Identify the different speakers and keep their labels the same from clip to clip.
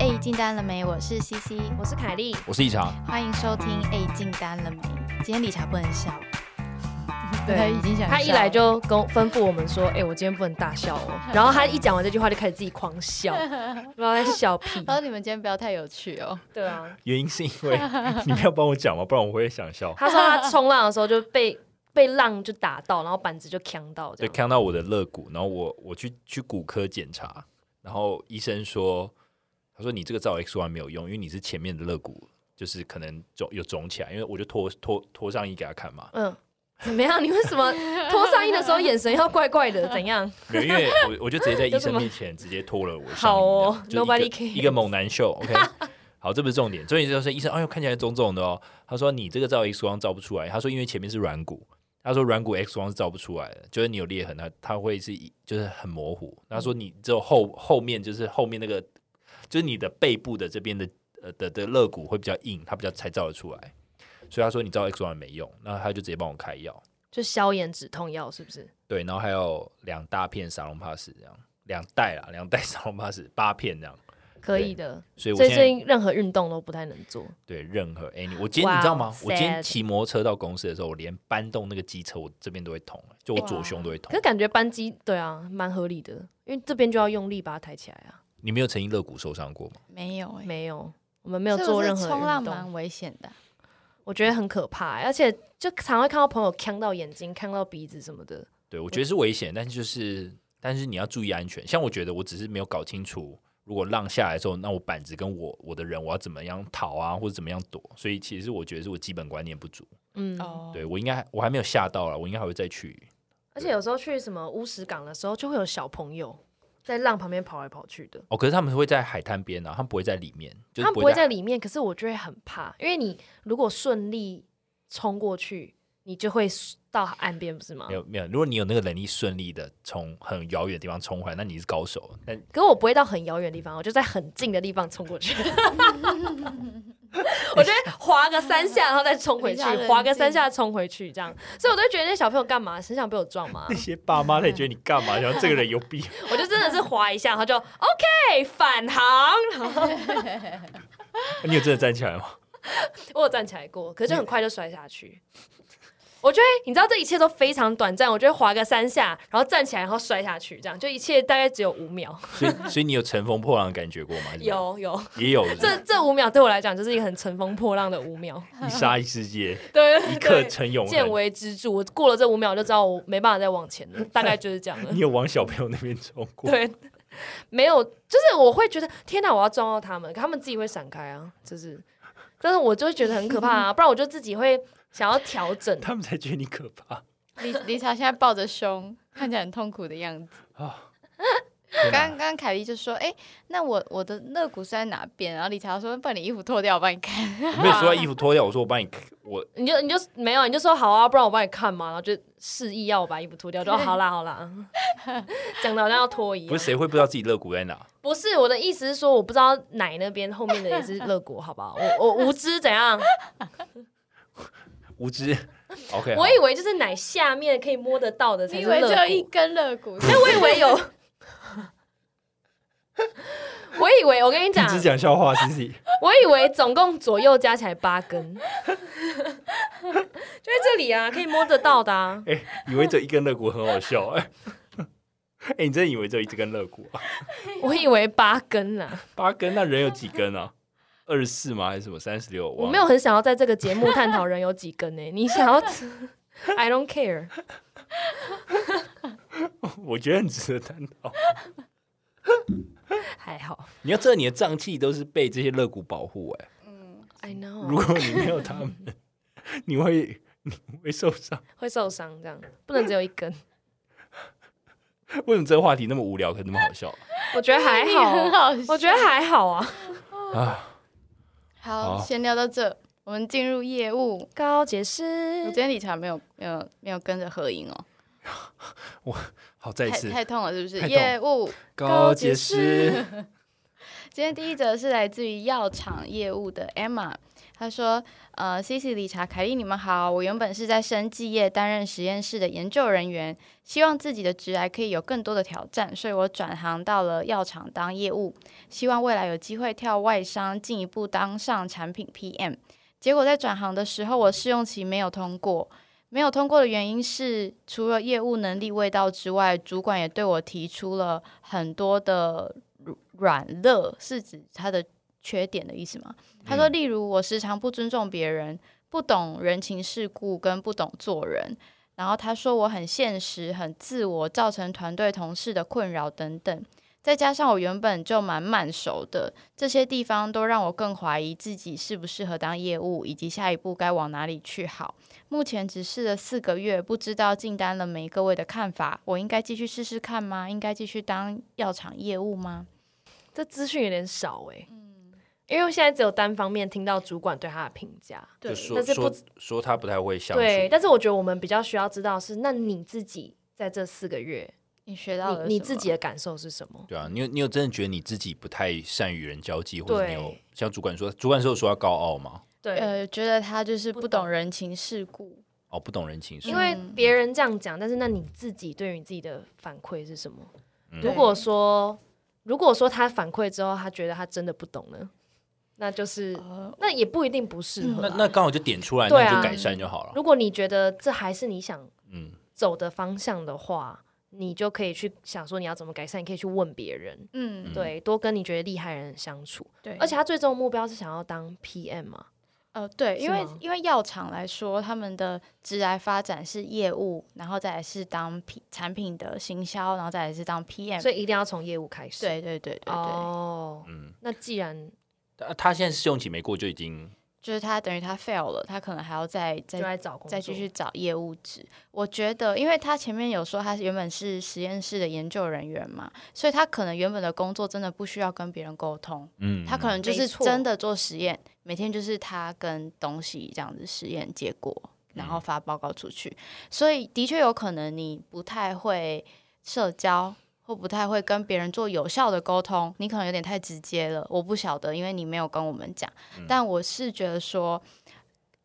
Speaker 1: 哎进单了没？我是 CC，
Speaker 2: 我是凯莉，
Speaker 3: 我是一常，
Speaker 1: 欢迎收听 A 进单了没？今天理查不能 笑，他
Speaker 2: 对
Speaker 1: 已经想
Speaker 2: 他一
Speaker 1: 笑
Speaker 2: 来
Speaker 1: 了
Speaker 2: 就跟我吩咐我们说：“哎、我今天不能大笑哦。”然后他一讲完这句话就开始自己狂 笑，不知道在笑 屁。
Speaker 1: 他说你们今天不要太有趣哦，
Speaker 2: 对啊，
Speaker 3: 原因是因 为你们要帮我讲嘛，不然我会想 笑。
Speaker 2: 他说他冲浪的时候就被被浪就打到，然后板子就呛到这
Speaker 3: 对，
Speaker 2: 样。
Speaker 3: 看到我的肋骨，然后我我去去骨科检查，然后医生说，他说你这个照 X 光没有用，因为你是前面的肋骨就是可能肿有肿起来，因为我就脱脱脱上衣给他看嘛，
Speaker 2: 嗯，怎么样？你为什 么脱上衣的时候眼神要怪怪的？怎样？
Speaker 3: 没有，因为我我就直接 在
Speaker 2: 有
Speaker 3: 医
Speaker 2: 什
Speaker 3: 生
Speaker 2: 么
Speaker 3: 面前直接脱了我的上
Speaker 2: 好
Speaker 3: 衣
Speaker 2: 哦
Speaker 3: 这样就一
Speaker 2: nobody
Speaker 3: 个
Speaker 2: cares
Speaker 3: 一个猛男秀，OK 。 好，这不是重点，重点就是医生，哎呦，看起来肿肿的哦。他说你这个照 X 光照不出来，他说因为前面是软骨，他说软骨 X 光是照不出来的，就是你有裂痕，它它会是一就是很模糊。他说你只有后后面就是后面那个，就是你的背部的这边的呃的的肋骨会比较硬，它比较才照得出来。所以他说你照 X 光也没用，那他就直接帮我开药。
Speaker 2: 就消炎止痛药是不是？
Speaker 3: 对，然后还有两大片沙龙帕斯这样，两袋啦，两袋 沙龙帕斯八片这样，
Speaker 2: 可以的。
Speaker 3: 所以我
Speaker 2: 所以最
Speaker 3: 现在
Speaker 2: 近任何运动都不太能做。
Speaker 3: 对任何 any，我今天
Speaker 2: 哇
Speaker 3: 你知道吗？我今
Speaker 2: sad
Speaker 3: 天骑摩托车到公司的时候，我连搬动那个机车，我这边都会痛，欸就我左胸都会
Speaker 2: 可
Speaker 3: 痛
Speaker 2: 是。感觉扳机对啊，蛮合理的，因为这边就要用力把它抬起来啊。
Speaker 3: 你没有曾经肋骨受伤过吗？
Speaker 1: 没有哎、
Speaker 2: 没有，我们没有
Speaker 1: 是不
Speaker 2: 做
Speaker 1: 是
Speaker 2: 任何
Speaker 1: 冲
Speaker 2: 运
Speaker 1: 浪
Speaker 2: 动，
Speaker 1: 蛮危险的啊、
Speaker 2: 我觉得很可怕、欸而且就常会看到朋友呛到眼睛、呛到鼻子什么的。
Speaker 3: 对，
Speaker 2: 嗯
Speaker 3: 我觉得是危险，但是就是但是你要注意安全。像我觉得我只是没有搞清楚，如果浪下来之后，那我板子跟我我的人，我要怎么样逃啊，或者怎么样躲？所以其实我觉得是我基本观念不足。
Speaker 2: 嗯，
Speaker 1: 哦，
Speaker 3: 对我应该我还没有吓到了，我应该还会再去。
Speaker 2: 而且有时候去什么乌石港的时候，就会有小朋友在浪旁边跑来跑去的。
Speaker 3: 哦，可是他们会在海滩边啊，他们不会在里面，就
Speaker 2: 他们
Speaker 3: 是
Speaker 2: 不会在里面，可是我就会很怕，因为你如果顺利冲过去，你就会到岸边，不是吗
Speaker 3: 没？有没有。如果你有那个能力顺利的从很遥远的地方冲回来，那你是高手。但
Speaker 2: 可是我不会到很遥远的地方，我就在很近的地方冲过去。我就会划个三下，然后再冲回去
Speaker 1: 离他，很
Speaker 2: 划个三下冲回去，这样。所以我都会觉得那小朋友干嘛，很想被我撞嘛
Speaker 3: 那。些爸妈他也觉得你干嘛？然后这个人有 病。
Speaker 2: 我就真的是划一下，然后就 OK 返航，然后
Speaker 3: 你有真的站起来 吗？
Speaker 2: 我有站起来过，可是就很快就摔下去。我就会，你知道这一切都非常短暂，我就会划个三下，然后站起来，然后摔下去，这样就一切大概只有五秒。
Speaker 3: 所以所以你有乘风破浪的感觉过吗？还是没，
Speaker 2: 有有，
Speaker 3: 也有。
Speaker 2: 这这五秒对我来讲就是一个很乘风破浪的五秒。
Speaker 3: 一沙一 世界，
Speaker 2: 对，对对
Speaker 3: 一刻成永
Speaker 2: 见
Speaker 3: 恒。
Speaker 2: 微知著。我过了这五秒就知道我没办法再往前了，大概就是这样了
Speaker 3: 你。有往小朋友那边冲过？
Speaker 2: 对，没有，就是我会觉得天哪，我要撞到他们，可他们自己会闪开啊，就是，但是我就会觉得很可怕 啊，不然我就自己会想要调整。
Speaker 3: 他们才觉得你可怕。
Speaker 1: 理理查现在抱着胸，看起来很痛苦的样子。
Speaker 3: 啊 天哪
Speaker 1: 刚刚凯莉就说：“哎、那我我的肋骨是在哪边？”然后理查说：“把你衣服脱掉，我帮你看。
Speaker 3: 我没有说要衣服脱掉，我说我帮你，我
Speaker 2: 你就你就没有，你就说好啊，不然我帮你看嘛，然后就示意要我把衣服脱掉，就哦 说好啦好啦，讲的好像要脱一样。
Speaker 3: 不是谁会不知道自己肋骨在哪？
Speaker 2: 不是我的意思是说，我不知道奶那边后面的也是肋骨，好不好？我我无知怎样？
Speaker 3: 无知。OK，好
Speaker 2: 我以为就是奶下面可以摸得到的才
Speaker 1: 你以
Speaker 2: 是
Speaker 1: 为只有
Speaker 2: 肋
Speaker 1: 一
Speaker 2: 骨，
Speaker 1: 根肋骨？
Speaker 2: 但我以为有，我以为我跟你讲
Speaker 3: 一，直讲笑话，自己。
Speaker 2: 我以为总共左右加起来八根，就在这里啊，可以摸得到的啊。
Speaker 3: 哎、以为这一根肋骨很好笑哎、哎、你真的以为这一根肋骨啊？
Speaker 2: 我以为八根啊啦、
Speaker 3: 八根？那人有几根啊？二十四吗？还是什么？三十六？
Speaker 2: 我没有。很想要在这个节目探讨人有几根呢、你想要？I don't care。
Speaker 3: 我觉得很值得探讨。
Speaker 2: 还好
Speaker 3: 你要知道，你的脏器都是被这些肋骨保护哎、
Speaker 2: ，I
Speaker 3: 哦如
Speaker 2: know
Speaker 3: 果你没有它们，你会你会受伤。
Speaker 2: 会受伤，这样不能只有一根。
Speaker 3: 为什么这个话题那么无聊，可那么好笑
Speaker 2: 我觉得还
Speaker 1: 你很
Speaker 2: 好，
Speaker 1: 好笑，
Speaker 2: 我觉得还好啊。
Speaker 3: 啊？
Speaker 1: 好，
Speaker 3: 好
Speaker 1: 先聊到这，我们进入业务。
Speaker 2: 高解
Speaker 1: 我
Speaker 2: 释
Speaker 1: 今，天理查没有没有没有跟着合影哦，
Speaker 3: 好，再一
Speaker 1: 太
Speaker 3: 次
Speaker 1: 太痛了是不哦是？
Speaker 3: 太痛
Speaker 1: 业务
Speaker 3: 高
Speaker 2: 解
Speaker 3: 解
Speaker 2: 释
Speaker 3: 释。
Speaker 1: 今天第一则是来自于药厂业务的 Emma，他说：“呃，Cici、理查、凯莉，你们好，我原本是在生技业担任实验室的研究人员，希望自己的职涯可以有更多的挑战，所以我转行到了药厂当业务，希望未来有机会跳外商，进一步当上产品 PM。结果在转行的时候，我试用期没有通过。”没有通过的原因是，除了业务能力未到之外，主管也对我提出了很多的软肋，是指他的缺点的意思吗？他说，例如我时常不尊重别人，不懂人情世故，跟不懂做人。然后他说我很现实、很自我，造成团队同事的困扰等等。再加上我原本就蛮慢熟的，这些地方都让我更怀疑自己适不适合当业务，以及下一步该往哪里去好。目前只试了四个月，不知道进单了没？各位的看法，我应该继续试试看吗？应该继续当药厂业务吗？
Speaker 2: 这资讯有点少哎、
Speaker 1: 嗯
Speaker 2: 因为现在只有单方面听到主管对他的评价，
Speaker 3: 就说
Speaker 2: 但是不
Speaker 3: 说说他不太会相
Speaker 2: 对，
Speaker 3: 处，
Speaker 2: 但是我觉得我们比较需要知道是，那你自己在这四个月，
Speaker 1: 你学到了
Speaker 2: 你你
Speaker 1: 什么
Speaker 2: 自己的感受是什么？
Speaker 3: 对啊，你有你有真的觉得你自己不太善与人交际，或者
Speaker 2: 对
Speaker 3: 你有像主管说，主管是有说要高傲吗？
Speaker 2: 对，
Speaker 1: 呃，觉得他就是
Speaker 2: 不
Speaker 1: 不
Speaker 2: 懂
Speaker 1: 懂人情世故，
Speaker 3: 哦，不懂人情世
Speaker 2: 因
Speaker 3: 故，
Speaker 2: 为
Speaker 1: 嗯
Speaker 2: 别人这样讲，但是那你自己对于你自己的反馈是什么？
Speaker 3: 嗯
Speaker 2: 如果说如果说他反馈之后，他觉得他真的不懂呢，那就是、
Speaker 1: 呃
Speaker 2: 那也不一定不适合
Speaker 3: 那
Speaker 2: 啦、
Speaker 3: 嗯那刚好就点出来，
Speaker 2: 对
Speaker 3: 那
Speaker 2: 啊
Speaker 3: 你就改善就好了。
Speaker 2: 如果你觉得这还是你想
Speaker 3: 嗯，
Speaker 2: 走的方向的话，你就可以去想说你要怎么改善，你可以去问别人，
Speaker 1: 嗯，
Speaker 2: 对，多跟你觉得厉害的人相处。
Speaker 1: 对，
Speaker 2: 而且他最终的目标是想要当 PM 嘛？
Speaker 1: 呃，对，
Speaker 2: 是
Speaker 1: 因为
Speaker 2: 吗
Speaker 1: 因为药厂来说，他们的职来发展是业务，然后再来是当 P 产品的行销，然后再来是当 PM，
Speaker 2: 所以一定要从业务开始。
Speaker 1: 对对对对对，
Speaker 2: 哦，
Speaker 3: 嗯
Speaker 2: 那既然
Speaker 3: 他他现在试用期没过就已经
Speaker 1: 就是他等于他 fail 了，他可能还要再再
Speaker 2: 就来找工作，
Speaker 1: 再继续找业务职。我觉得，因为他前面有说他原本是实验室的研究人员嘛，所以他可能原本的工作真的不需要跟别人沟通，
Speaker 3: 嗯，
Speaker 1: 他可能就
Speaker 2: 没
Speaker 1: 是
Speaker 2: 错
Speaker 1: 真的做实验，每天就是他跟东西这样子实验结果，然后发报告出去。所以的确有可能你不太会社交。或不太会跟别人做有效的沟通，你可能有点太直接了，我不晓得，因为你没有跟我们讲。但我是觉得说，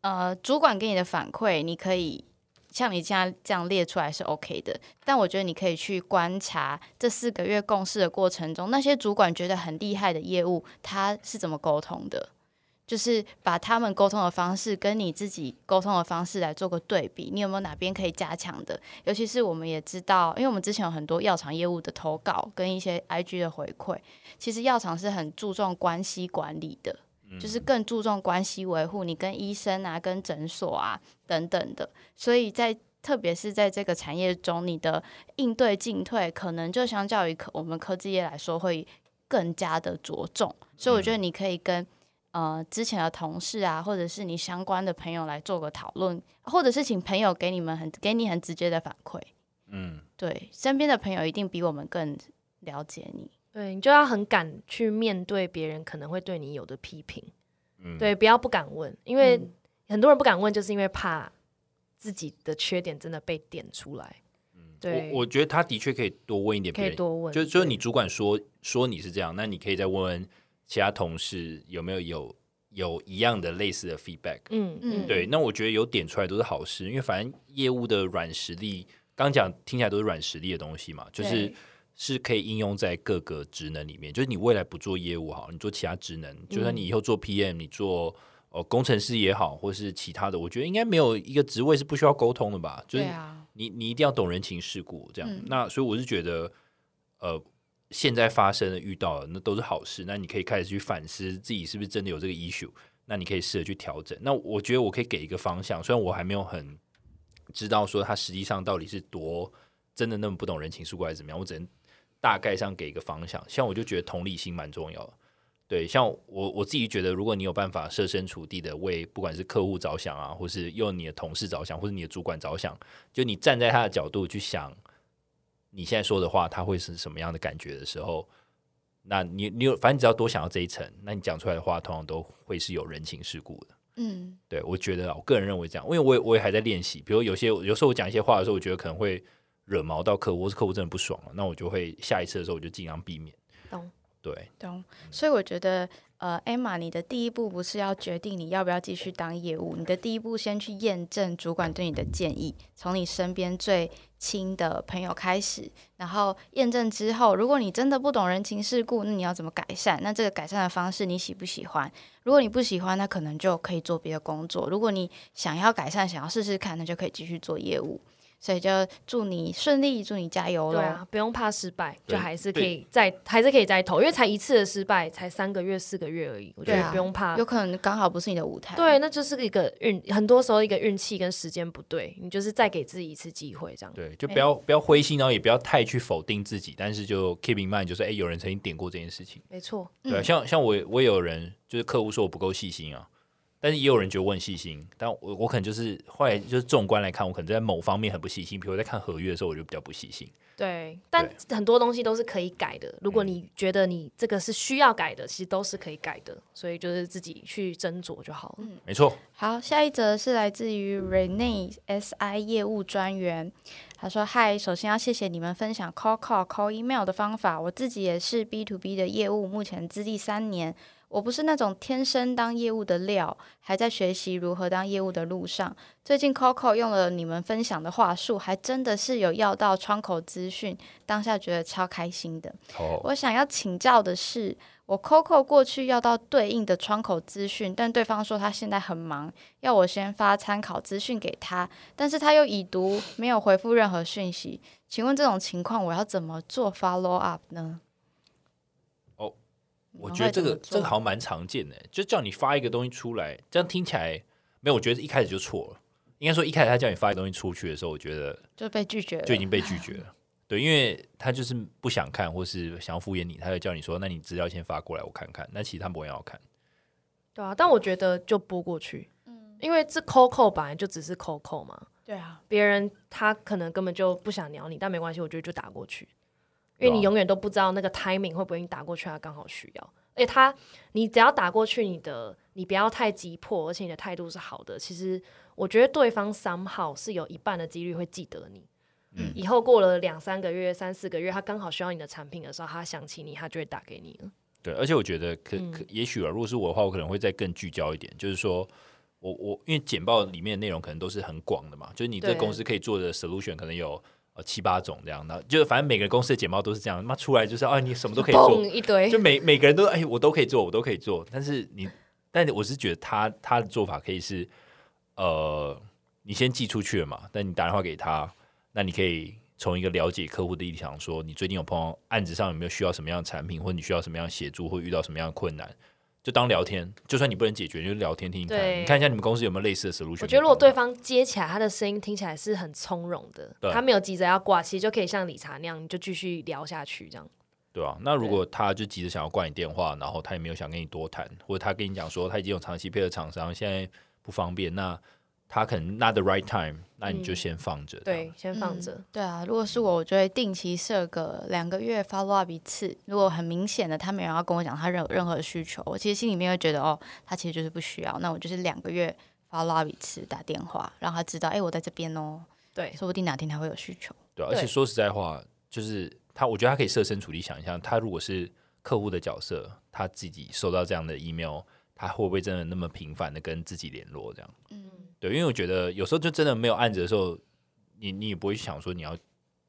Speaker 1: 呃，主管给你的反馈，你可以像你这样这样列出来是 OK 的，但我觉得你可以去观察这四个月共事的过程中，那些主管觉得很厉害的业务，他是怎么沟通的？就是把他们沟通的方式跟你自己沟通的方式来做个对比，你有没有哪边可以加强的？尤其是我们也知道，因为我们之前有很多药厂业务的投稿跟一些 IG 的回馈，其实药厂是很注重关系管理的，就是更注重关系维护，你跟医生啊、跟诊所啊等等的，所以在特别是在这个产业中，你的应对进退可能就相较于科我们科技业来说会更加的着重，所以我觉
Speaker 3: 嗯
Speaker 1: 得你可以跟、呃之前的同事啊，或者是你相关的朋友来做个讨论，或者是请朋友给你们很给你很直接的反馈，
Speaker 3: 嗯，
Speaker 1: 对身边的朋友一定比我们更了解你，
Speaker 2: 对你就要很敢去面对别人可能会对你有的批评，
Speaker 3: 嗯
Speaker 2: 对，不要不敢问，因为
Speaker 1: 嗯
Speaker 2: 很多人不敢问，就是因为怕自己的缺点真的被点出来。对，
Speaker 3: 嗯我我觉得他的确可以多问一点
Speaker 2: 可
Speaker 3: 别
Speaker 2: 以
Speaker 3: 人，
Speaker 2: 多问，
Speaker 3: 就就是你主管说说你是这样，那你可以再问问其他同事有没有有有一样的类似的 feedback。
Speaker 2: 嗯嗯
Speaker 1: 嗯
Speaker 3: 对，那我觉得有点出来都是好事，因为反正业务的软实力，刚讲听起来都是软实力的东西嘛，就是
Speaker 1: 对
Speaker 3: 是可以应用在各个职能里面。就是你未来不做业务好，你做其他职能，
Speaker 1: 嗯
Speaker 3: 就算你以后做 PM，你做呃工程师也好，或是其他的，我觉得应该没有一个职位是不需要沟通的吧？就是
Speaker 1: 对啊，
Speaker 3: 你你一定要懂人情世故，这样。
Speaker 1: 嗯
Speaker 3: 那所以我是觉得，呃，现在发生的、遇到的，那都是好事。那你可以开始去反思自己是不是真的有这个 issue，那你可以试着去调整。那我觉得我可以给一个方向，虽然我还没有很知道说他实际上到底是多真的那么不懂人情世故还是怎么样，我只能大概上给一个方向。像我就觉得同理心蛮重要的。对，像我我自己觉得，如果你有办法设身处地的为不管是客户着想啊，或是用你的同事着想，或是你的主管着想，就你站在他的角度去想你现在说的话，他会是什么样的感觉的时候，那你你有反正你只要多想到这一层，那你讲出来的话通常都会是有人情世故的。
Speaker 1: 嗯
Speaker 3: 对我觉得啊，我个人认为这样，因为我也我也还在练习，比如有些有时候我讲一些话的时候，我觉得可能会惹毛到客户，或是客户真的不爽了，那我就会下一次的时候我就尽量避免。
Speaker 2: 懂。
Speaker 3: 对，
Speaker 1: 懂。所以我觉得，呃，Emma，你的第一步不是要决定你要不要继续当业务，你的第一步先去验证主管对你的建议，从你身边最亲的朋友开始，然后验证之后，如果你真的不懂人情世故，那你要怎么改善？那这个改善的方式你喜不喜欢？如果你不喜欢，那可能就可以做别的工作；如果你想要改善，想要试试看，那就可以继续做业务。所以就祝你顺利，祝你加油喽！
Speaker 2: 对啊，不用怕失败，
Speaker 3: 对
Speaker 2: 就还是可以再还是可以再投，因为才一次的失败，才三个月四个月而已，我觉
Speaker 1: 对
Speaker 2: 得
Speaker 1: 啊
Speaker 2: 不用怕。
Speaker 1: 有可能刚好不是你的舞台。
Speaker 2: 对，那就是一个运，很多时候一个运气跟时间不对，你就是再给自己一次机会，这样。
Speaker 3: 对，就不要、不要灰心，然后也不要太去否定自己，但是就 keep in mind，就是哎、有人曾经点过这件事情，
Speaker 2: 没错，
Speaker 3: 对啊、
Speaker 1: 嗯
Speaker 3: 像像我我也有人就是客户说我不够细心啊，但是也有人觉得我很细心，但我我可能就是后来就是纵观来看，我可能在某方面很不细心，比如我在看合约的时候，我就比较不细心，
Speaker 2: 对，但很多东西都是可以改的。如果你觉得你这个是需要改的，其实都是可以改的，所以就是自己去斟酌就好了。
Speaker 3: 没错，
Speaker 1: 好，下一则是来自于 Rene SI 业务专员，他说：“嗨，首先要谢谢你们分享 call call call email 的方法，我自己也是 B to B 的业务，目前资历三年，我不是那种天生当业务的料，还在学习如何当业务的路上。最近 call call 用了你们分享的话术，还真的是有要到窗口资讯，当下觉得超开心的。”
Speaker 3: 哦，
Speaker 1: 我想要请教的是，我 Coco 过去要到对应的窗口资讯，但对方说他现在很忙，要我先发参考资讯给他，但是他又已读，没有回复任何讯息。请问这种情况我要怎么做 follow up 呢？
Speaker 3: 哦，
Speaker 1: 你
Speaker 3: 我
Speaker 1: 们
Speaker 3: 觉得
Speaker 1: 会怎
Speaker 3: 这
Speaker 1: 么
Speaker 3: 个这个
Speaker 1: 做
Speaker 3: 好像蛮常见的，欸就叫你发一个东西出来，这样听起来没有，我觉得一开始就错了。应该说一开始他叫你发一个东西出去的时候，我觉得
Speaker 1: 就被拒绝了，
Speaker 3: 就已经被拒绝了。对，因为他就是不想看，或是想要敷衍你，他就叫你说：“那你资料先发过来，我看看。”那其实他没有要看，
Speaker 2: 对啊，但我觉得就拨过去，因为这 COCO 本来就只是 COCO 嘛，
Speaker 1: 对啊，
Speaker 2: 别人他可能根本就不想鸟你，但没关系，我觉得就打过去，因为
Speaker 3: 对啊
Speaker 2: 你永远都不知道那个 timing 会不会你打过去他刚好需要，而且他你只要打过去，你的你不要太急迫，而且你的态度是好的，其实我觉得对方 somehow 是有一半的几率会记得你。
Speaker 3: 嗯
Speaker 2: 以后过了两三个月、三四个月，他刚好需要你的产品的时候，他想起你，他就会打给你了。
Speaker 3: 对，而且我觉得可可，也许啊，如果是我的话，我可能会再更聚焦一点，就是说我我因为简报里面的内容可能都是很广的嘛，就是你这个
Speaker 2: 对
Speaker 3: 公司可以做的 solution 可能有呃七八种这样的，就是反正每个公司的简报都是这样，妈出来就是啊，你什么都可以做
Speaker 2: 嘣，，一堆
Speaker 3: 就每每个人都哎，我都可以做，我都可以做，但是你，但我是觉得他他的做法可以是，呃，你先寄出去了嘛，但你打电话给他，那你可以从一个了解客户的立场说，你最近有碰到案子上有没有需要什么样的产品，或你需要什么样的协助，或遇到什么样的困难，就当聊天，就算你不能解决，你就聊天听听看，
Speaker 2: 对
Speaker 3: 你看一下你们公司有没有类似的 solution。
Speaker 2: 我觉得如果对，方接起来，他的声音听起来是很从容的
Speaker 3: 对，
Speaker 2: 他没有急着要挂，其实就可以像理查那样，你就继续聊下去这样。
Speaker 3: 对啊，那如果他就急着想要挂你电话，然后他也没有想跟你多谈，或者他跟你讲说他已经有长期配合厂商，现在不方便，那他可能 not the right time，那你就先放着、
Speaker 2: 嗯对，，先放着。
Speaker 1: 对啊，如果是我，我就会定期设个两个月 follow up 一次。如果很明显的他没有要跟我讲他任何任何需求，我其实心里面会觉得哦，他其实就是不需要。那我就是两个月 follow up 一次，打电话让他知道，哎、我在这边哦，
Speaker 2: 对，
Speaker 1: 说不定哪天他会有需求。
Speaker 3: 对啊、而
Speaker 2: 对
Speaker 3: 且说实在话，就是他，我觉得他可以设身处地想一下，他如果是客户的角色，他自己收到这样的 email，他会不会真的那么频繁的跟自己联络这样？
Speaker 1: 嗯，
Speaker 3: 对，因为我觉得有时候就真的没有案子的时候，你你也不会想说你要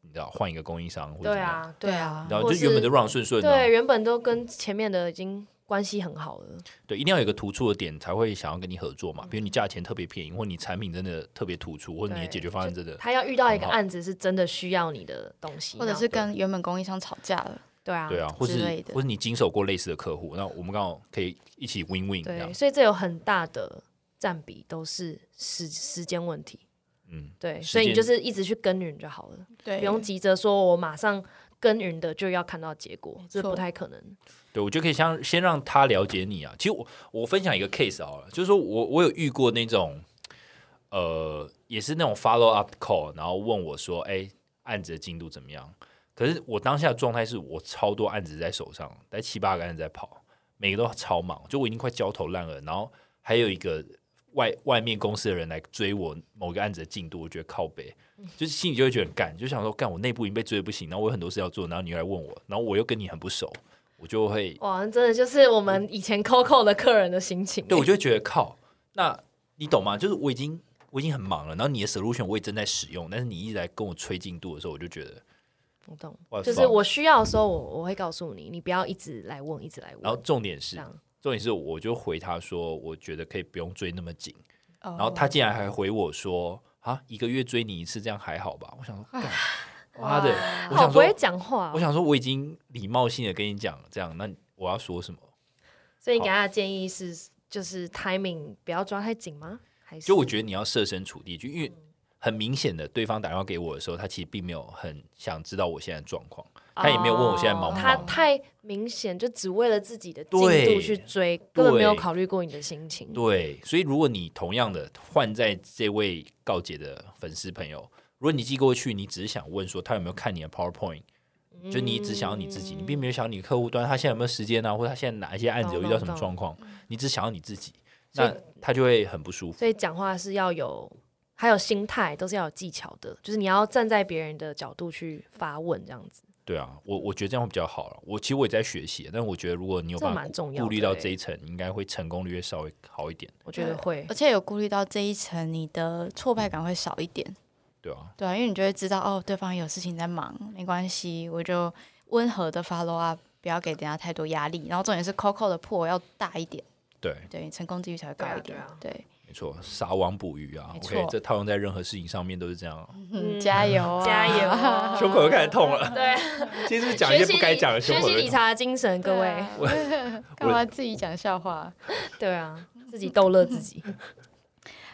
Speaker 3: 你知道换一个供应商或者
Speaker 2: 对
Speaker 3: 怎么样，
Speaker 2: 啊，对啊，
Speaker 3: 然后
Speaker 2: 或
Speaker 3: 就原本啊
Speaker 2: 是
Speaker 3: 就 run 顺顺的、
Speaker 2: 对，原本都跟前面的已经关系很好了。
Speaker 3: 对，一定要有一个突出的点才会想要跟你合作
Speaker 1: 嗯
Speaker 3: 嘛。比如你价钱特别便宜，或你产品真的特别突出，或者你的
Speaker 2: 对
Speaker 3: 解决方案真的
Speaker 2: 他要遇到一个
Speaker 3: 很好
Speaker 2: 案子是真的需要你的东西，
Speaker 1: 或者
Speaker 2: 那
Speaker 1: 是跟原本供应商吵架了。
Speaker 2: 对啊，
Speaker 3: 对啊，或
Speaker 1: 之类
Speaker 3: 是
Speaker 1: 的
Speaker 3: 或是你经手过类似的客户，那我们刚好可以一起 win win 这样
Speaker 2: 对，。所以这有很大的占比都是时时间问题。
Speaker 3: 嗯，
Speaker 2: 对，
Speaker 3: 时
Speaker 2: 所以你
Speaker 3: 间
Speaker 2: 就是一直去耕耘就好了，
Speaker 1: 对
Speaker 2: 不用急着说我马上耕耘的就要看到结果，这
Speaker 1: 错
Speaker 2: 不太可能。
Speaker 3: 对我就可以先先让他了解你啊。其实我我分享一个 case 好了，就是说我我有遇过那种，呃，也是那种 follow up call，然后问我说，哎，案子的进度怎么样？可是我当下的状态是我超多案子在手上，大概七八个案子在跑，每个都超忙，就我已经快焦头烂额，然后还有一个外外面公司的人来追我某个案子的进度，我觉得靠背，就是心里就会觉得很干，就想说干我内部已经被追得不行，然后我有很多事要做，然后你又来问我，然后我又跟你很不熟，我我就会
Speaker 2: 哇，那真的就是我们以前 COCO 的客人的心情。
Speaker 3: 嗯
Speaker 2: 欸
Speaker 3: 对我就会觉得靠，那你懂吗？就是我已经我已经很忙了，然后你的 solution 我也正在使用，但是你一直来跟我催进度的时候，我就觉得
Speaker 2: 我懂，
Speaker 3: 哇
Speaker 2: 就是
Speaker 3: 放
Speaker 2: 我需要的时候，我我会告诉你，你不要一直来问，一直来问。
Speaker 3: 然后重点是
Speaker 2: 这，样，
Speaker 3: 重点是，我就回他说，我觉得可以不用追那么紧。
Speaker 1: 然
Speaker 2: 哦
Speaker 3: 然后
Speaker 1: 哦
Speaker 3: 他竟然还回我说，啊，一个月追你一次，这样还好吧？我想说，干妈的，我
Speaker 2: 好
Speaker 3: 想
Speaker 2: 不会
Speaker 3: 说，
Speaker 2: 讲话
Speaker 3: 我
Speaker 2: 哦，
Speaker 3: 想说，我已经礼貌性的跟你讲，这样，那我要说什么？
Speaker 2: 所以你给他的建议是，就是 timing 不要抓太紧吗？还是
Speaker 3: 就我觉得你要设身处地去，因为很明显的，对方打电话给我的时候，他其实并没有很想知道我现在的状况，他也没有问我现在忙不
Speaker 2: 哦他
Speaker 3: 忙。
Speaker 2: 太明显，就只为了自己的进
Speaker 3: 对
Speaker 2: 度去追，根本没有
Speaker 3: 对
Speaker 2: 考虑过你的心情。
Speaker 3: 对，所以如果你同样的换在这位告解的粉丝朋友，如果你寄过去，你只是想问说他有没有看你的 PowerPoint，就你只想要你自
Speaker 2: 嗯
Speaker 3: 己，你并没有想要你客户端他现在有没有时间啊，或者他现在哪一些案子有遇到什么状况，你只想要你自己，
Speaker 2: 嗯所以
Speaker 3: 那他就会很不舒服。
Speaker 2: 所以讲话是要有，还有心态都是要有技巧的，就是你要站在别人的角度去发问，这样子
Speaker 3: 对啊，我我觉得这样会比较好了。我其实我也在学习，但我觉得如果你有
Speaker 2: 这
Speaker 3: 办
Speaker 2: 蛮重
Speaker 3: 法
Speaker 2: 要
Speaker 3: 顾虑
Speaker 2: 的
Speaker 3: 到
Speaker 2: 欸
Speaker 3: 这一层，应该会成功率会稍微好一点，
Speaker 2: 我觉得会
Speaker 1: 而。且有顾虑到这一层，你的挫败感会少一点，
Speaker 3: 对啊，
Speaker 1: 对啊，因为你就会知道哦，对方有事情在忙，没关系，我就温和的 follow up，不要给人家太多压力。然后重点是 Coco 的破要大一点，
Speaker 3: 对，
Speaker 1: 对，成功几率才会高一点
Speaker 2: 对啊，
Speaker 1: 对,、
Speaker 3: 没错，撒网捕鱼啊
Speaker 1: 没
Speaker 3: ，OK，
Speaker 1: 错
Speaker 3: 这套用在任何事情上面都是这样啊。
Speaker 1: 嗯，加油、啊，
Speaker 2: 加 油哦
Speaker 3: 胸口又开始痛了。
Speaker 2: 对，
Speaker 3: 今天是不是讲一些不该讲的
Speaker 2: 学习
Speaker 3: 胸口
Speaker 2: 学习
Speaker 3: 又
Speaker 2: 理
Speaker 3: 痛。
Speaker 2: 查的精神，各
Speaker 1: 对
Speaker 2: 位，
Speaker 1: 啊，干嘛自己讲笑话？
Speaker 2: 对啊，自己逗乐自己。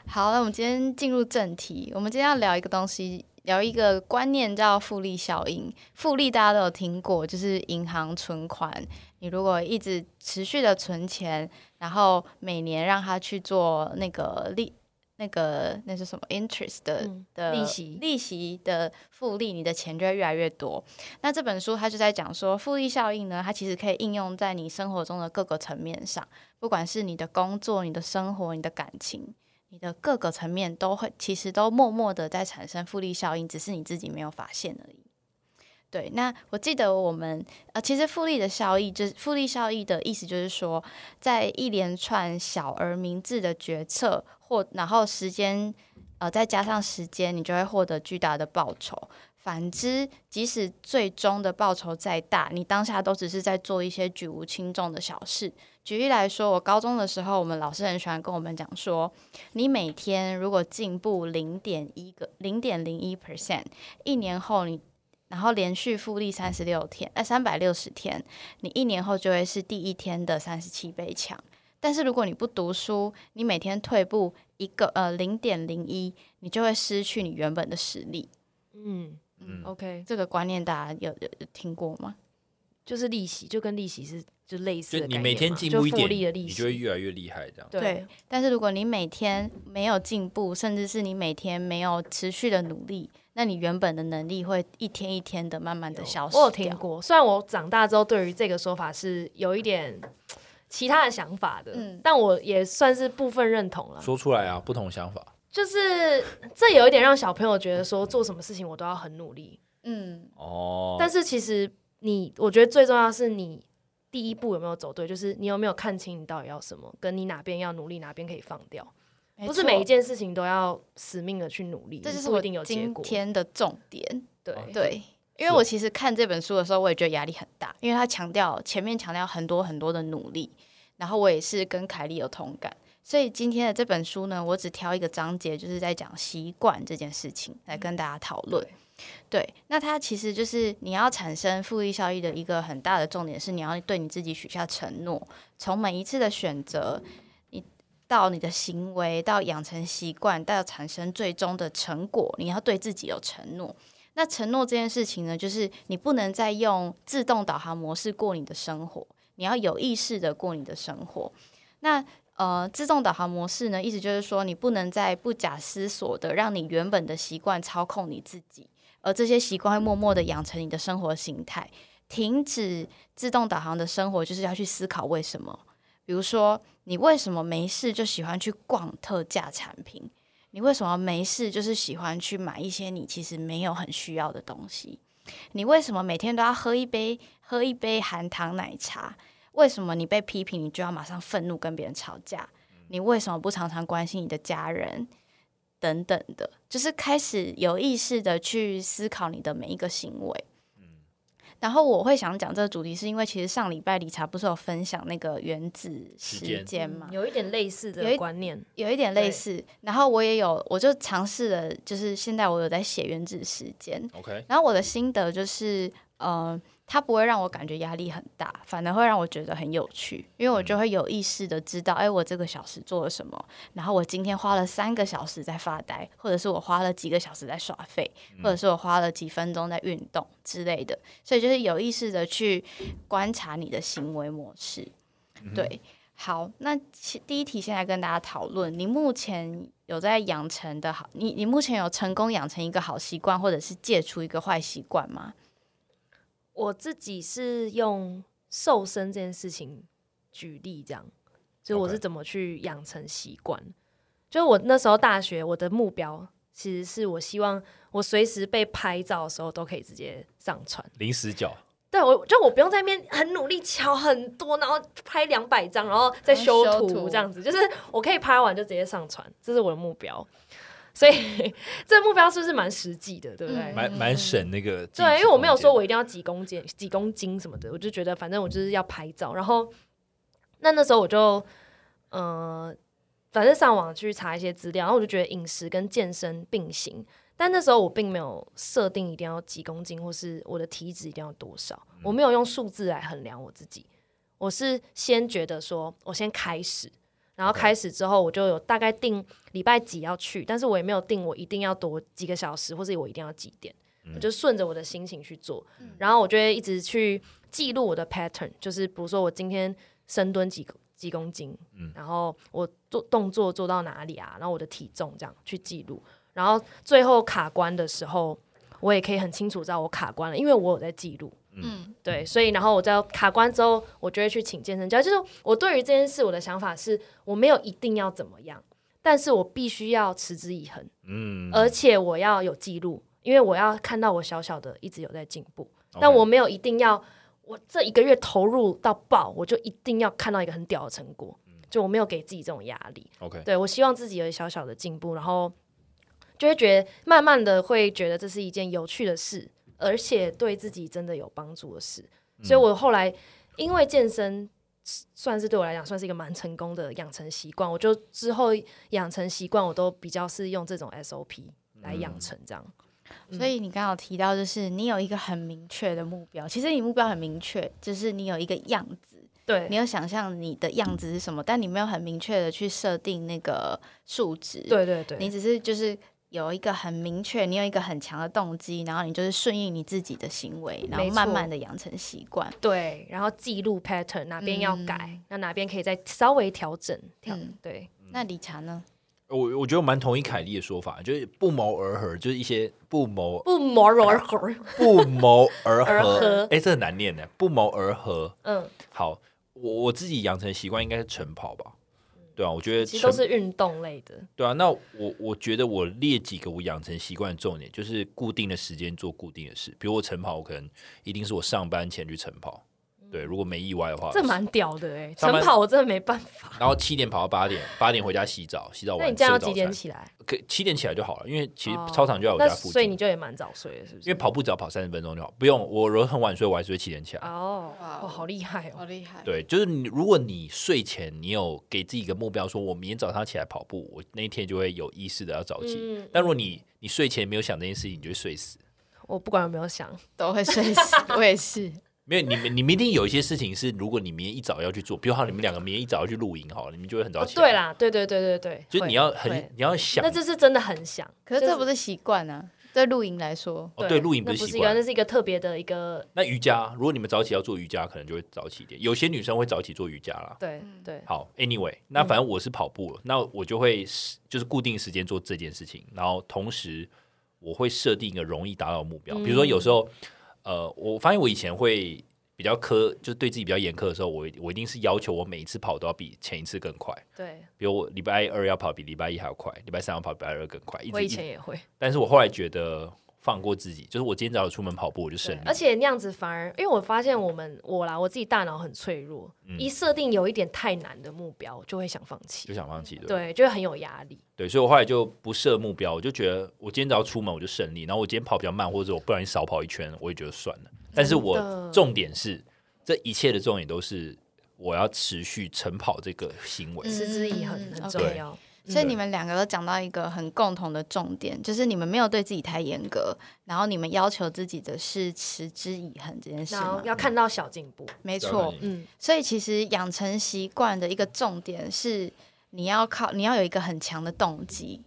Speaker 1: 好，那我们今天进入正题，我们今天要聊一个东西。聊一个观念叫复利效应，复利大家都有听过，就是银行存款。你如果一直持续的存钱，然后每年让它去做那个利，那个那是什么 interest 的、
Speaker 2: 嗯
Speaker 1: 的
Speaker 2: 利息
Speaker 1: 利息的复利，你的钱就会越来越多。那这本书它就在讲说，复利效应呢，它其实可以应用在你生活中的各个层面上，不管是你的工作、你的生活、你的感情。你的各个层面都会，其实都默默的在产生复利效应，只是你自己没有发现而已。对，那我记得我们呃，其实复利的效益，就是复利效益的意思，就是说，在一连串小而明智的决策或然后时间，呃，再加上时间，你就会获得巨大的报酬。反之，即使最终的报酬再大，你当下都只是在做一些举无轻重的小事。举例来说，我高中的时候，我们老师很喜欢跟我们讲说，你每天如果进步零点一个零点零一 percent，一年后你然后连续复利三十六天，呃，三百六十天，你一年后就会是第一天的三十七倍强。但是如果你不读书，你每天退步一个呃零点零一，你就会失去你原本的实力。
Speaker 2: 嗯
Speaker 3: 嗯
Speaker 2: ，OK，
Speaker 1: 这个观念大家有有有听过吗？
Speaker 2: 就是利息，就跟利息是就类似
Speaker 3: 就
Speaker 2: 的
Speaker 3: 你
Speaker 2: 概
Speaker 3: 每
Speaker 2: 念
Speaker 3: 天
Speaker 2: 嘛
Speaker 3: 进
Speaker 2: 就
Speaker 3: 步一
Speaker 2: 复
Speaker 3: 点，
Speaker 2: 利的利
Speaker 3: 你
Speaker 2: 息
Speaker 3: 就会越来越厉害。这样，
Speaker 2: 对，
Speaker 1: 但是如果你每天没有进步，甚至是你每天没有持续的努力，那你原本的能力会一天一天的慢慢的消失
Speaker 2: 我有
Speaker 1: 掉
Speaker 2: 听过，虽然我长大之后对于这个说法是有一点嗯其他的想法的，
Speaker 1: 嗯
Speaker 2: 但我也算是部分认同了。
Speaker 3: 说出来啊，不同想法。
Speaker 2: 就是这有一点让小朋友觉得说做什么事情我都要很努力，
Speaker 1: 嗯，
Speaker 3: 哦，
Speaker 2: 但是其实你，我觉得最重要的是你第一步有没有走对，就是你有没有看清你到底要什么，跟你哪边要努力，哪边可以放掉，
Speaker 1: 没
Speaker 2: 不是
Speaker 1: 错
Speaker 2: 每一件事情都要死命的去努力，
Speaker 1: 这就是
Speaker 2: 不
Speaker 1: 我
Speaker 2: 一定有结
Speaker 1: 今
Speaker 2: 果。
Speaker 1: 天的重点。
Speaker 2: 对
Speaker 3: 哦
Speaker 1: 对，因为
Speaker 3: 是
Speaker 1: 我其实看这本书的时候，我也觉得压力很大，因为他强调前面强调很多很多的努力，然后我也是跟凯莉有同感。所以今天的这本书呢，我只挑一个章节，就是在讲习惯这件事情来跟大家讨论。对，那它其实就是你要产生复利效益的一个很大的重点是，你要对你自己许下承诺，从每一次的选择，你到你的行为，到养成习惯，到产生最终的成果，你要对自己有承诺。那承诺这件事情呢，就是你不能再用自动导航模式过你的生活，你要有意识的过你的生活。那呃，自动导航模式呢，意思就是说，你不能再不假思索的让你原本的习惯操控你自己，而这些习惯会默默的养成你的生活形态。停止自动导航的生活，就是要去思考为什么。比如说，你为什么没事就喜欢去逛特价产品？你为什么没事就是喜欢去买一些你其实没有很需要的东西？你为什么每天都要喝一杯喝一杯含糖奶茶？为什么你被批评，你就要马上愤怒跟别人吵架？你为什么不常常关心你的家人？等等的，就是开始有意识的去思考你的每一个行为。然后我会想讲这个主题，是因为其实上礼拜理查不是有分享那个原子时
Speaker 3: 时
Speaker 1: 间吗？
Speaker 2: 有一点类似
Speaker 1: 有
Speaker 2: 的
Speaker 1: 一
Speaker 2: 观念，
Speaker 1: 有一点类似。然后我也有，我就尝试了，就是现在我有在写原子时间。
Speaker 3: OK，
Speaker 1: 然后我的心得就是，呃，它不会让我感觉压力很大，反而会让我觉得很有趣，因为我就会有意识的知道，哎、我这个小时做了什么，然后我今天花了三个小时在发呆，或者是我花了几个小时在耍废，或者是我花了几分钟在运动之类的。所以就是有意识的去观察你的行为模式。对，好，那其第一题先来跟大家讨论，你目前有在养成的好，你你目前有成功养成一个好习惯，或者是戒除一个坏习惯吗？
Speaker 2: 我自己是用瘦身这件事情举例，这样，就是我
Speaker 3: OK
Speaker 2: 是怎么去养成习惯。就是我那时候大学，我的目标其实是我希望我随时被拍照的时候都可以直接上传。
Speaker 3: 零死角，
Speaker 2: 对我就我不用在那边很努力敲很多，然后拍两百张，然后再修
Speaker 1: 然后修
Speaker 2: 图
Speaker 1: 图
Speaker 2: 这样子，就是我可以拍完就直接上传，这是我的目标。所以 这个目标是不是蛮实际的，对不对？
Speaker 1: 嗯
Speaker 3: 蛮蛮省那个记忆空间。
Speaker 2: 对，因为我没有说我一定要几公斤、几公斤什么的，我就觉得反正我就是要拍照。然后那那时候我就呃，反正上网去查一些资料，然后我就觉得饮食跟健身并行。但那时候我并没有设定一定要几公斤，或是我的体脂一定要多少，
Speaker 3: 嗯
Speaker 2: 我没有用数字来衡量我自己。我是先觉得说，我先开始，然后
Speaker 3: OK
Speaker 2: 开始之后，我就有大概定礼拜几要去，但是我也没有定我一定要多几个小时，或是我一定要几点，我就顺着我的心情去做。然后我就会一直去记录我的 pattern，就是比如说我今天深蹲几几公斤，然后我做动作做到哪里啊，然后我的体重这样去记录，然后最后卡关的时候，我也可以很清楚知道我卡关了，因为我有在记录。
Speaker 1: 嗯，
Speaker 2: 对，所以然后我在卡关之后，我就会去请健身教练。就是我对于这件事，我的想法是我没有一定要怎么样，但是我必须要持之以恒，
Speaker 3: 嗯，
Speaker 2: 而且我要有记录，因为我要看到我小小的一直有在进步。
Speaker 3: OK
Speaker 2: 但我没有一定要，我这一个月投入到爆，我就一定要看到一个很屌的成果。
Speaker 3: 嗯
Speaker 2: 就我没有给自己这种压力，
Speaker 3: OK
Speaker 2: 对我希望自己有小小的进步，然后就会觉得慢慢的会觉得这是一件有趣的事，而且对自己真的有帮助的事。所以我后来因为健身。算是对我来讲，算是一个蛮成功的养成习惯。我就之后养成习惯，我都比较是用这种 SOP 来养成这样。嗯
Speaker 1: 所以你刚好提到，就是你有一个很明确的目标，其实你目标很明确，就是你有一个样子，
Speaker 2: 对
Speaker 1: 你有想象你的样子是什么，但你没有很明确的去设定那个数值，
Speaker 2: 对对对，
Speaker 1: 你只是就是。有一个很明确，你有一个很强的动机，然后你就是顺应你自己的行为，然后
Speaker 2: 没错
Speaker 1: 慢慢的养成习惯。
Speaker 2: 对，然后记录 pattern 哪边要改，
Speaker 1: 嗯
Speaker 2: 那哪边可以再稍微调整调、
Speaker 1: 嗯
Speaker 2: 对，
Speaker 1: 那理查呢？
Speaker 3: 我我觉得我蛮同意凯莉的说法，就是不谋而合，就是一些不谋
Speaker 2: 不谋而合。
Speaker 3: 不谋而
Speaker 2: 而
Speaker 3: 合
Speaker 2: 合，
Speaker 3: 哎，这很难念的，不谋而合。
Speaker 2: 嗯，
Speaker 3: 好，我我自己养成的习惯应该是晨跑吧。对啊，我觉得
Speaker 2: 其实
Speaker 3: 晨
Speaker 2: 都是运动类的。
Speaker 3: 对啊，那我我觉得我列几个我养成习惯的重点，就是固定的时间做固定的事。比如我晨跑，我可能一定是我上班前去晨跑，对，如果没意外的话，
Speaker 2: 嗯这蛮屌的哎、欸，
Speaker 3: 上
Speaker 2: 晨
Speaker 3: 班
Speaker 2: 跑我真的没办法。
Speaker 3: 然后七点跑到八点，八点回家洗澡，洗澡
Speaker 2: 那
Speaker 3: 完
Speaker 2: 你这样要
Speaker 3: 吃
Speaker 2: 几
Speaker 3: 早
Speaker 2: 点
Speaker 3: 餐
Speaker 2: 起来？
Speaker 3: 可七点起来就好了，因为其实
Speaker 2: 哦
Speaker 3: 操场就在我
Speaker 2: 那
Speaker 3: 家附
Speaker 2: 所以
Speaker 3: 近。
Speaker 2: 你就也蛮早睡的，是不是？
Speaker 3: 因为跑步只要跑三十分钟就好，不用我如果很晚睡，我还是会七点起来。
Speaker 2: 哦，
Speaker 1: 哇
Speaker 2: 哇，好厉害哦！
Speaker 1: 厉害！
Speaker 3: 对，就是你，如果你睡前你有给自己一个目标，说我明天早上起来跑步，我那一天就会有意识的要早起。
Speaker 2: 嗯
Speaker 3: 但如果你你睡前没有想这件事情，你就会睡死。
Speaker 2: 我不管有没有想，
Speaker 1: 都会睡死，我也是。
Speaker 3: 没有，你们你明天有一些事情是，如果你明天一早要去做，比如好，你们两个明天一早要去露营，好了，你们就会很早
Speaker 2: 哦，
Speaker 3: 起来。
Speaker 2: 对，啦，对对对对对，
Speaker 3: 就是
Speaker 2: 会
Speaker 3: 你要很
Speaker 2: 会
Speaker 3: 你要想
Speaker 2: 那，这是真的很想，
Speaker 1: 可是
Speaker 2: 就
Speaker 1: 这不是习惯啊，对露营来说，
Speaker 3: 哦，对，露营
Speaker 2: 那不
Speaker 3: 不是
Speaker 2: 是
Speaker 3: 习
Speaker 2: 一个，
Speaker 3: 惯
Speaker 2: 那。是一个特别的一个，
Speaker 3: 那瑜伽，如果你们早起要做瑜伽，可能就会早起一点。有些女生会早起做瑜伽啦。
Speaker 2: 对
Speaker 1: 嗯
Speaker 2: 对，
Speaker 3: 好，anyway，那反正我是跑步了，那我就会是就是固定时间做这件事情，然后同时我会设定一个容易达到的目标，比如说有时候，呃，
Speaker 2: 嗯
Speaker 3: 我发现我以前会比较苛，就是对自己比较严苛的时候，我我一定是要求我每一次跑都要比前一次更快，
Speaker 2: 对，
Speaker 3: 比如我礼拜二要跑比礼拜一还要快，礼拜三要跑比礼拜二更快，一
Speaker 2: 我
Speaker 3: 直
Speaker 2: 以
Speaker 3: 一直
Speaker 2: 前也会，
Speaker 3: 但是我后来觉得放过自己，就是我今天早上出门跑步我就胜
Speaker 2: 对
Speaker 3: 利，
Speaker 2: 而且那样子反而，因为我发现我们我啦，我自己大脑很脆弱，一设定有一点太难的目标，就会想放
Speaker 3: 嗯就
Speaker 2: 弃，
Speaker 3: 想放弃，对不对
Speaker 2: 对，就会很有压力。
Speaker 3: 对，所以我后来就不设目标，我就觉得我今天只要出门我就胜利，然后我今天跑比较慢，或者我不小心少跑一圈，我也觉得算了。但是我重点是，这一切的重点都是我要持续晨跑这个行为。
Speaker 1: 嗯
Speaker 2: 持之以恒
Speaker 1: 嗯
Speaker 2: 很
Speaker 1: ，OK
Speaker 2: 重要。
Speaker 1: 所以你们两个都讲到一个很共同的重点，就是你们没有对自己太严格，然后你们要求自己的是持之以恒这件事
Speaker 2: 然后
Speaker 1: 吗？
Speaker 2: 要看到小进步，
Speaker 1: 没
Speaker 3: 当然
Speaker 1: 错，
Speaker 2: 嗯，
Speaker 1: 所以其实养成习惯的一个重点是，你要靠你要有一个很强的动机，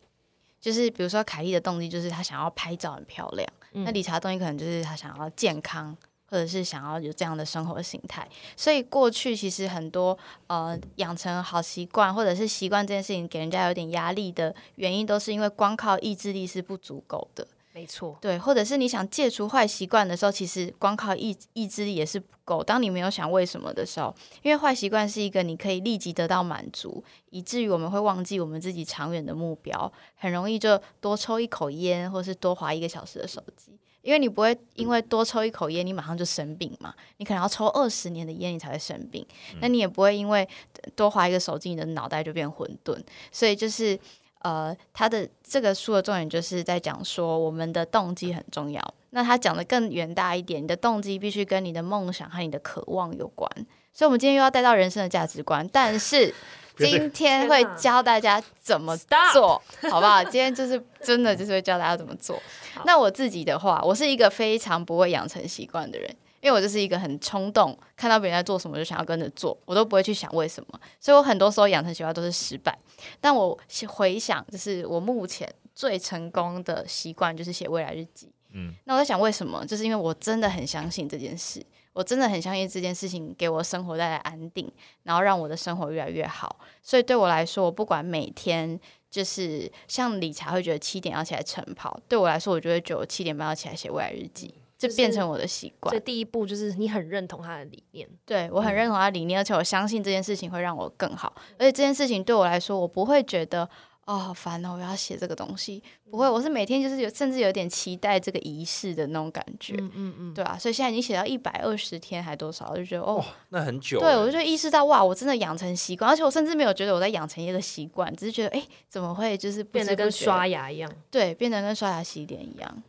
Speaker 1: 就是比如说凯莉的动机就是她想要拍照很漂亮，那理查的动机可能就是她想要健康，或者是想要有这样的生活形态。所以过去其实很多呃养成好习惯或者是习惯这件事情给人家有点压力的原因，都是因为光靠意志力是不足够的。
Speaker 2: 没错，
Speaker 1: 对，或者是你想戒除坏习惯的时候，其实光靠意意志力也是不够。当你没有想为什么的时候，因为坏习惯是一个你可以立即得到满足，以至于我们会忘记我们自己长远的目标，很容易就多抽一口烟，或是多划一个小时的手机。因为你不会因为多抽一口烟，你马上就生病嘛？你可能要抽二十年的烟，你才会生病。那你也不会因为多划一个手机，你的脑袋就变混沌。所以就是呃，他的这个书的重点就是在讲说我们的动机很重要。那他讲的更远大一点，你的动机必须跟你的梦想和你的渴望有关。所以，我们今天又要带到人生的价值观，但是今天会教大家怎么做，好不好？ 今天就是真的就是会教大家怎么做。那我自己的话，我是一个非常不会养成习惯的人，因为我就是一个很冲动，看到别人在做什么就想要跟着做，我都不会去想为什么，所以我很多时候养成习惯都是失败。但我回想，就是我目前最成功的习惯就是写未来日记。
Speaker 3: 嗯
Speaker 1: 嗯，那我在想为什么？就是因为我真的很相信这件事，我真的很相信这件事情给我生活带来安定，然后让我的生活越来越好。所以对我来说，我不管每天就是像理查会觉得七点要起来晨跑，对我来说，我就会觉得我七点半要起来写未来日记，这
Speaker 2: 就是
Speaker 1: 变成我的习惯
Speaker 2: 所以。第一步就是你很认同他的理念，
Speaker 1: 对我很
Speaker 2: 嗯
Speaker 1: 认同他的理念，而且我相信这件事情会让我更好。而且这件事情对我来说，我不会觉得哦好烦哦，我要写这个东西，不会，我是每天就是有甚至有点期待这个仪式的那种感觉，
Speaker 2: 嗯嗯嗯，
Speaker 1: 对啊，所以现在已经写到一百二十天还多少，我就觉得哦。
Speaker 3: 哦，那很久
Speaker 1: 对，
Speaker 3: 欸
Speaker 1: 我就意识到哇，我真的养成习惯，而且我甚至没有觉得我在养成一个习惯，只是觉得哎，怎么会就是不
Speaker 2: 变
Speaker 1: 知
Speaker 2: 得跟
Speaker 1: 不觉
Speaker 2: 刷牙一样，
Speaker 1: 对，变得跟刷牙洗脸一样。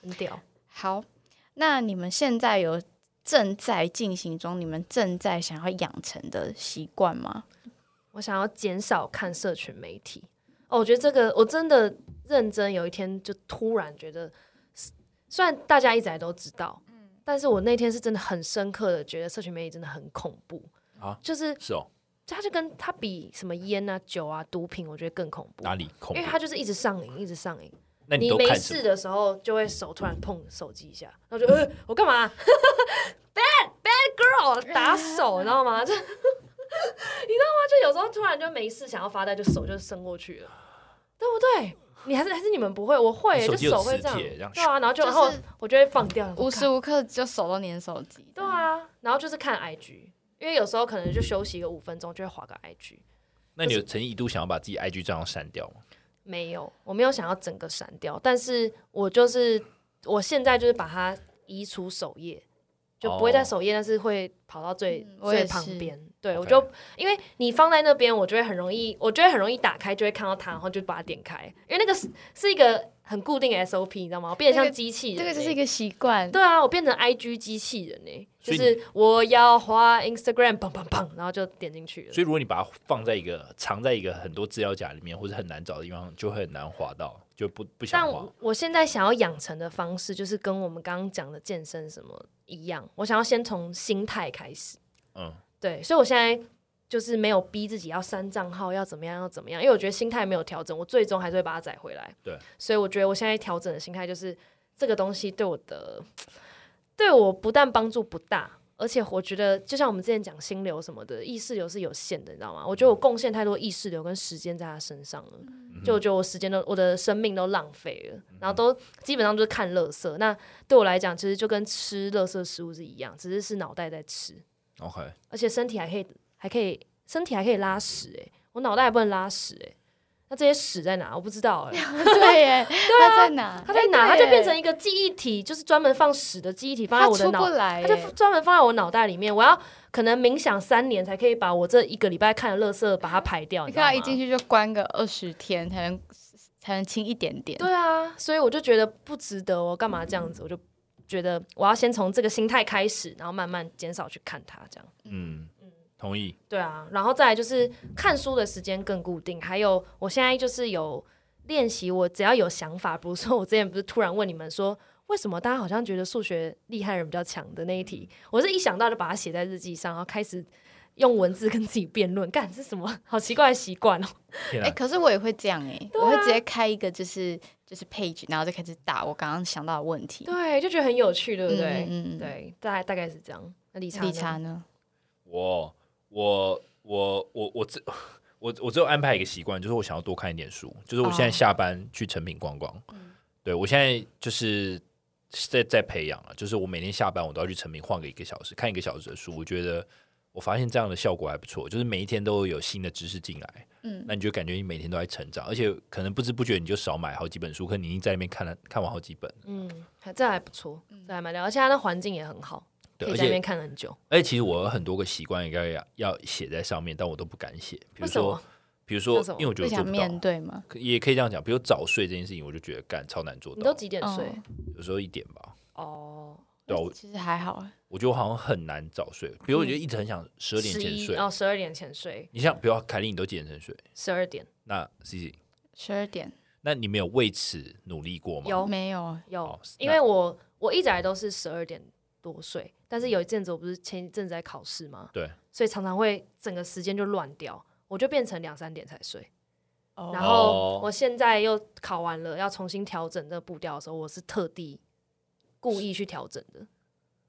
Speaker 2: 很屌。
Speaker 1: 好，那你们现在有正在进行中，你们正在想要养成的习惯吗？
Speaker 2: 我想要减少看社群媒体。哦，我觉得这个我真的认真，有一天就突然觉得，虽然大家一直以来都知道，但是我那天是真的很深刻的觉得社群媒体真的很恐怖
Speaker 3: 啊
Speaker 2: 就是
Speaker 3: 是哦，
Speaker 2: 它就跟它比什么烟啊、酒啊、毒品，我觉得更恐怖，
Speaker 3: 哪里恐
Speaker 2: 因
Speaker 3: 怖
Speaker 2: 为？它就是一直上瘾，一直上瘾。
Speaker 3: 那你
Speaker 2: 你
Speaker 3: 都
Speaker 2: 没
Speaker 3: 看什
Speaker 2: 事
Speaker 3: 么？
Speaker 2: 的时候就会手突然碰手机一下，然后就呃我干嘛 ？bad bad girl 打手，你知道吗？就 你知道吗？就有时候突然就没事想要发呆，就手就伸过去了，对不对？你还是还是你们不会，我会、
Speaker 3: 你手
Speaker 2: 就
Speaker 3: 机有
Speaker 2: 手会
Speaker 3: 磁
Speaker 2: 这样，
Speaker 3: 铁这样
Speaker 2: 对啊，然后就
Speaker 1: 就
Speaker 2: 然
Speaker 1: 是
Speaker 2: 后我就会放掉，
Speaker 1: 无时无刻就手都粘手机。
Speaker 2: 对啊，然后就是看 IG，因为有时候可能就休息个五分钟就会划个 IG，
Speaker 3: 那你有曾经一度想要把自己 IG 账号删掉吗？
Speaker 2: 没有，我没有想要整个删掉，但是我就是我现在就是把它移除首页，就不会在首页，但是会跑到最、
Speaker 1: 哦嗯我也
Speaker 2: 最
Speaker 1: 是
Speaker 2: 旁边。对
Speaker 3: OK
Speaker 2: 我就因为你放在那边，我就会很容易，我就会很容易打开，就会看到它，然后就把它点开，因为那个是是一个很固定的 SOP，你知道吗？我变得
Speaker 1: 那
Speaker 2: 像
Speaker 1: 个
Speaker 2: 机器人、
Speaker 1: 这个就是
Speaker 2: 欸
Speaker 1: 一个习惯，
Speaker 2: 对啊，我变成 IG 机器人呢、
Speaker 3: 所
Speaker 2: 就
Speaker 3: 以
Speaker 2: 是我要花 Instagram，砰砰砰，然后就点进去了。
Speaker 3: 所以如果你把它放在一个藏在一个很多资料夹里面，或者很难找的地方，就会很难滑到，就不不
Speaker 2: 但
Speaker 3: 想滑
Speaker 2: 我。我现在想要养成的方式，就是跟我们刚刚讲的健身什么一样，我想要先从心态开始。
Speaker 3: 嗯，
Speaker 2: 对，所以我现在就是没有逼自己要删账号，要怎么样，要怎么样，因为我觉得心态没有调整，我最终还是会把它载回来。
Speaker 3: 对，
Speaker 2: 所以我觉得我现在调整的心态就是，这个东西对我的，对我不但帮助不大。而且我觉得，就像我们之前讲心流什么的，意识流是有限的，你知道吗？我觉得我贡献太多意识流跟时间在他身上了，就我觉得我时间都我的生命都浪费了，然后都基本上就是看垃圾。那对我来讲，其实就跟吃垃圾食物是一样，只是是脑袋在吃。
Speaker 3: OK，
Speaker 2: 欸而且身体还可以还可以身体还可以拉屎诶、我脑袋还不能拉屎诶、欸那这些屎在哪？我不知道 哎、
Speaker 1: 对耶，他在哪？
Speaker 2: 啊它在哪？它
Speaker 1: 哎
Speaker 2: 就变成
Speaker 1: 对耶
Speaker 2: 一个记忆体，就是专门放屎的记忆体，放在
Speaker 1: 他
Speaker 2: 我的
Speaker 1: 出
Speaker 2: 脑
Speaker 1: 不，来
Speaker 2: 它
Speaker 1: 耶，
Speaker 2: 就专门放在我脑袋里面。我要可能冥想三年，才可以把我这一个礼拜看的垃圾把它排掉。
Speaker 1: 你
Speaker 2: 知道
Speaker 1: 看他一
Speaker 2: 吗
Speaker 1: 进去就关个二十天才能才能轻一点点。
Speaker 2: 对啊，所以我就觉得不值得哦，干嘛这样子？我就觉得我要先从这个心态开始，然后慢慢减少去看它，这样。
Speaker 3: 嗯，同意。
Speaker 2: 对啊，然后再来就是看书的时间更固定，还有我现在就是有练习，我只要有想法，比如说我之前不是突然问你们说。为什么大家好像觉得数学厉害人比较强的那一题？我是一想到就把它写在日记上，然后开始用文字跟自己辩论。干，这是什么好奇怪的习惯哦？
Speaker 3: 天
Speaker 1: 哎、
Speaker 3: 啊，
Speaker 1: 可是我也会这样哎、我
Speaker 2: 啊
Speaker 1: 会直接开一个就是就是 page，然后就开始打我刚刚想到的问题。
Speaker 2: 对，就啊觉得很有趣，对不对？
Speaker 1: 嗯嗯嗯
Speaker 2: 对，大概大概是这样。那理查呢，
Speaker 1: 理查呢？
Speaker 3: 我我我我我只我我只有安排一个习惯，就是我想要多看一点书。就是我现在
Speaker 1: 哦
Speaker 3: 下班去成品逛逛，
Speaker 2: 嗯
Speaker 3: 对我现在就是在在培养了，就是我每天下班我都要去成品晃个一个小时，看一个小时的书。我觉得我发现这样的效果还不错，就是每一天都有新的知识进来，
Speaker 1: 嗯
Speaker 3: 那你就感觉你每天都在成长，而且可能不知不觉你就少买好几本书，可你已经在那边看了看完好几本。
Speaker 2: 嗯，还这还不错，这还蛮了，而且它的环境也很好，
Speaker 3: 对
Speaker 2: 可以
Speaker 3: 而
Speaker 2: 在那
Speaker 3: 且
Speaker 2: 边看很久。
Speaker 3: 而且哎其实我有很多个习惯应该要要写在上面，但我都不敢写。比如
Speaker 2: 为什
Speaker 3: 说
Speaker 2: 么，
Speaker 3: 比如
Speaker 2: 为
Speaker 3: 说
Speaker 2: 什，么
Speaker 3: 因为我觉
Speaker 1: 不
Speaker 3: 得做
Speaker 1: 想
Speaker 3: 不
Speaker 1: 面
Speaker 3: 到，
Speaker 1: 对吗？
Speaker 3: 可也可以这样讲。比如早睡这件事情，我就觉得干超难做
Speaker 2: 你都
Speaker 3: 到，
Speaker 2: 几点睡？
Speaker 3: 有时候一点吧。
Speaker 2: 哦，
Speaker 3: 对啊，我
Speaker 1: 哦其实还好啊，
Speaker 3: 我觉得我好像很难早睡。比如我就一直很想十二点前
Speaker 2: 11
Speaker 3: 睡。
Speaker 2: 哦，嗯十二点前睡，
Speaker 3: 你像，比如凯莉，你都几点前睡？
Speaker 2: 十二点
Speaker 3: 那 C C，
Speaker 1: 十二点
Speaker 3: 那你没有为此努力过吗？
Speaker 2: 有
Speaker 1: 没有
Speaker 2: 有
Speaker 3: 哦，
Speaker 2: 因
Speaker 3: 那
Speaker 2: 为我我一直以来都是十二点多睡，但是有一阵子我不是前一阵子在考试嘛，
Speaker 3: 对，
Speaker 2: 所以常常会整个时间就乱掉，我就变成两三点才睡。
Speaker 1: 哦
Speaker 2: 然
Speaker 3: 哦
Speaker 2: 后我现在又考完了，要重新调整这个步调的时候，我是特地故意去调整的。